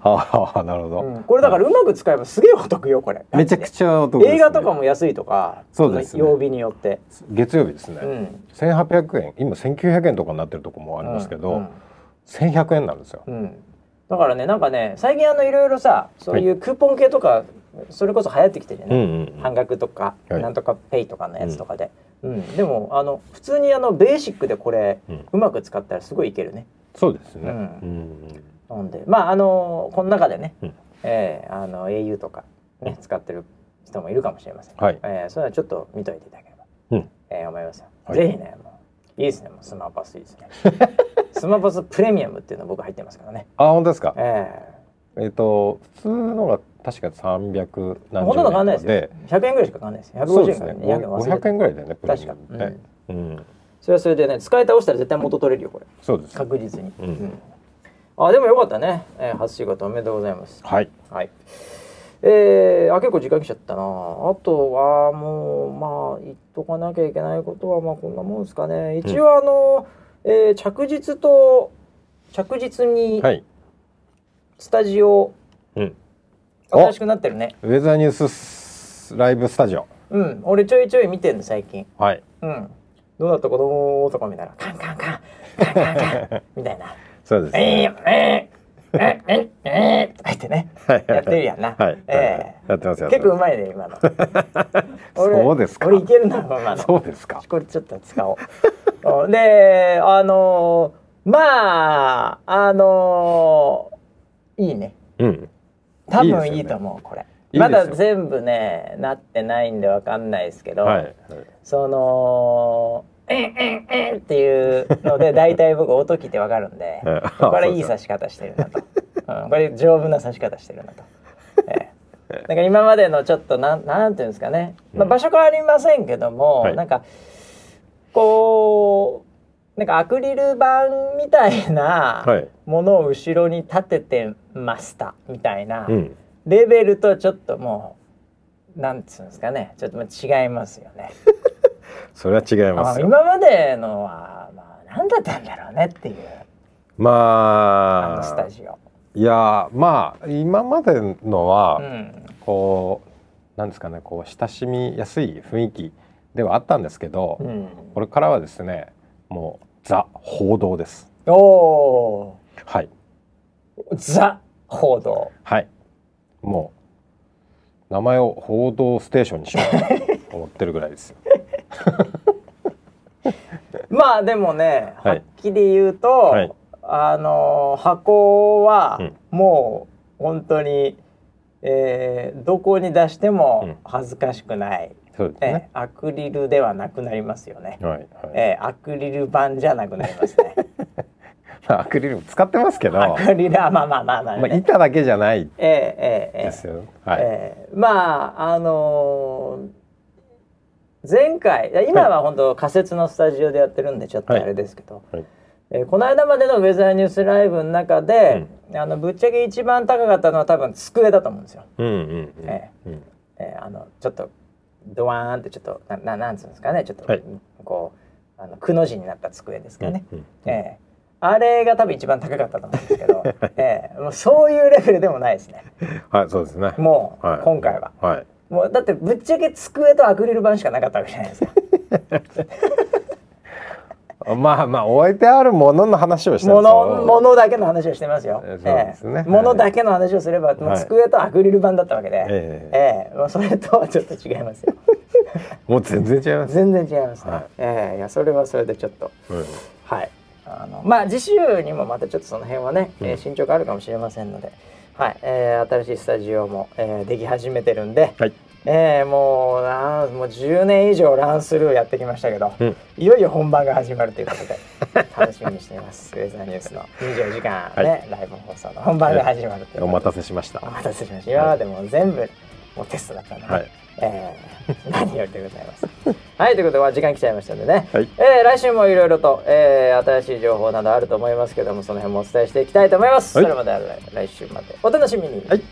Speaker 2: ああなるほ
Speaker 1: う
Speaker 2: ど、
Speaker 1: んうんこれだからうまく使えばすげえお得よこれ
Speaker 2: めちゃくちゃお得ですね、
Speaker 1: 映画とかも安いとか
Speaker 2: そうですね
Speaker 1: 曜日によって、
Speaker 2: 月曜日ですね、
Speaker 1: うん、
Speaker 2: 1800円今1900円とかになってるとこもありますけど、1100円なんですよ
Speaker 1: うん、うんだからねなんかね最近あのいろいろさそういうクーポン系とか、それこそ流行ってきてるよね、半額とか、
Speaker 2: はい
Speaker 1: なんとかペイとかのやつとかで、うんでもあの普通にあのベーシックでこれ、
Speaker 2: うん
Speaker 1: うまく使ったらすごいいけるね
Speaker 2: そうですね、
Speaker 1: う
Speaker 2: うんん
Speaker 1: なんでまああのこの中でね、
Speaker 2: うん
Speaker 1: えーあの au とか、ね使ってる人もいるかもしれません、
Speaker 2: はい
Speaker 1: えー、それはちょっと見といていただければ、
Speaker 2: うん
Speaker 1: えー思いますよ、
Speaker 2: はい
Speaker 1: ぜひねもういいですねもうスマパスいいですね スマパスプレミアムっていうの僕入ってますからね
Speaker 2: あ本当ですか
Speaker 1: え
Speaker 2: えっ、と普通のが確か300
Speaker 1: えー、
Speaker 2: 何
Speaker 1: ほとんど変わんない
Speaker 2: 円
Speaker 1: ですよ100円ぐらいしか変わんないです
Speaker 2: そう
Speaker 1: 150
Speaker 2: で
Speaker 1: 円
Speaker 2: す
Speaker 1: か
Speaker 2: ね
Speaker 1: ら200円忘れて
Speaker 2: 500円ぐらいだよねプレミアム
Speaker 1: 確か
Speaker 2: ねうん
Speaker 1: それはそれでね使い倒したら絶対元取れるよこれ
Speaker 2: そうです
Speaker 1: 確実に、
Speaker 2: うん
Speaker 1: あでもよかったね、えー、初仕事おめでとうございます
Speaker 2: はい
Speaker 1: はいえー、あ結構時間来ちゃったなあとはもうまあ言っとかなきゃいけないことはまあこんなもんですかね一応あの、えー着実と着実に
Speaker 2: はい
Speaker 1: スタジオ、
Speaker 2: うんお
Speaker 1: 新しくなってるね
Speaker 2: ウェザーニュースライブスタジオ
Speaker 1: うん俺ちょいちょい見てんの最近
Speaker 2: はい
Speaker 1: うんどうだった子供とかみたいなカンカンカンカンカン カンみたいな
Speaker 2: そうですね
Speaker 1: えー、えー、えー、えー、えー、とか言ってね、
Speaker 2: はい
Speaker 1: やってるやんな。
Speaker 2: はい
Speaker 1: え
Speaker 2: やってます
Speaker 1: ー
Speaker 2: やって
Speaker 1: 結構う
Speaker 2: ま
Speaker 1: まいね、今の。
Speaker 2: そうですか
Speaker 1: 俺いけるな、今
Speaker 2: す
Speaker 1: の。
Speaker 2: そうですか
Speaker 1: これちょっと使おう。うんで、あのーまあ、あのーいいね。
Speaker 2: うん
Speaker 1: 多
Speaker 2: いいです
Speaker 1: 分
Speaker 2: よね
Speaker 1: いいと思う、これ。
Speaker 2: いいですよ
Speaker 1: まだ全部ね、なってないんでわかんないですけど、
Speaker 2: はい
Speaker 1: その、えんえんえんっていうの で、大体僕音聞いてわかるんで。これいい刺
Speaker 2: し
Speaker 1: し方してるなと、うん、これ丈夫な刺し方してるなと、ええなんか今までのちょっとなんなんていうんですかね、ま
Speaker 2: う
Speaker 1: あ、
Speaker 2: ん
Speaker 1: 場所変わりませんけども、
Speaker 2: はい
Speaker 1: なんかこうなんかアクリル板みたい
Speaker 2: は
Speaker 1: ないものを後ろに立ててましたみたいな
Speaker 2: うん
Speaker 1: レベルとちょっともうなんていうんですかねちょっとまあ違いますよね。
Speaker 2: それは違い
Speaker 1: ま
Speaker 2: ま
Speaker 1: あ
Speaker 2: すよ
Speaker 1: 今までのはまあ何だったんだろうねっていうあ
Speaker 2: ま
Speaker 1: のス
Speaker 2: あ
Speaker 1: タジオ。
Speaker 2: いやまあ今までのは、
Speaker 1: うん
Speaker 2: こうなんですかねこう親しみやすい雰囲気ではあったんですけど、
Speaker 1: うん、
Speaker 2: これからはですねもうザ報道です
Speaker 1: おお
Speaker 2: はい
Speaker 1: ーザ報道
Speaker 2: はいもう名前を報道ステーションにしよう と思ってるぐらいですよ
Speaker 1: まあでもね、
Speaker 2: は
Speaker 1: は
Speaker 2: い
Speaker 1: っきり言うと、
Speaker 2: はい
Speaker 1: あのー箱は
Speaker 2: うん
Speaker 1: もう本当に、えーどこに出して
Speaker 2: うん
Speaker 1: も恥ずかしくない、
Speaker 2: そうです
Speaker 1: え
Speaker 2: ね、
Speaker 1: アクリルではなくなりますよね、
Speaker 2: はいはい
Speaker 1: えーアクリル板じゃなくなりますね
Speaker 2: まあアクリルも使ってますけど、
Speaker 1: アクリルは まあまあまあまあ、
Speaker 2: まあ、
Speaker 1: ね
Speaker 2: 板だけじゃない
Speaker 1: えーえーえー
Speaker 2: ですよ、はい、
Speaker 1: えーまああのー前回いや今は本当仮設のスタジオでやってるんでちょっとあれですけど、
Speaker 2: はい
Speaker 1: えーこの間までのウェザーニュースライブの中で、あのぶっちゃけ一番高かったのは多分机だと思うんですよ。
Speaker 2: うんうんうん、
Speaker 1: え
Speaker 2: うん
Speaker 1: えーあのちょっとドワーンってちょっとなななんつうんですかねちょっと、
Speaker 2: はい
Speaker 1: こうあのくの字になった机ですかね。
Speaker 2: うん
Speaker 1: えーあれが多分一番高かったと思うんですけ ど、えーもうそういうレベルでもないですね。
Speaker 2: はいそうですね
Speaker 1: もう、
Speaker 2: はい
Speaker 1: 今回は。
Speaker 2: はい
Speaker 1: もうだってぶっちゃけ机とアクリル板しかなかったわけじゃない ですか。
Speaker 2: まあまあ置いてあるものの話をして
Speaker 1: ものものだけの話をしてますよ。
Speaker 2: えーそうですね
Speaker 1: ものだけの話をすれば、もう机とアクリル板だったわけで。え
Speaker 2: ええ
Speaker 1: えもうそれとはちょっと違います よ。
Speaker 2: もう全然違います、
Speaker 1: 全然違いますね。
Speaker 2: はい
Speaker 1: ええいやそれはそれでちょっと
Speaker 2: うん
Speaker 1: はい。あのまあ次週にもまたちょっとその辺はね、えー進捗あるかもしれませんので、はい、えー新しいスタジオも、えーでき始めてるんで。
Speaker 2: はい
Speaker 1: ええもうなんもう10年以上ランスルーやってきましたけど、
Speaker 2: うん
Speaker 1: いよいよ本番が始まるということで 楽しみにしていますウェザーニュースの24時間、ね
Speaker 2: はい
Speaker 1: ライブ放送の本番が始まるという
Speaker 2: お
Speaker 1: こ
Speaker 2: 待
Speaker 1: と
Speaker 2: た
Speaker 1: で、
Speaker 2: せしました
Speaker 1: お待たせしました今までもう全部もうテストだったので、
Speaker 2: はい
Speaker 1: ええ何よりでございますはいということでお時間来ちゃいましたんでね、
Speaker 2: はい
Speaker 1: ええ来週もいろいろと、ええ新しい情報などあると思いますけどもその辺もお伝えしていきたいと思います、
Speaker 2: はい
Speaker 1: それまでは来週までお楽しみに、
Speaker 2: はい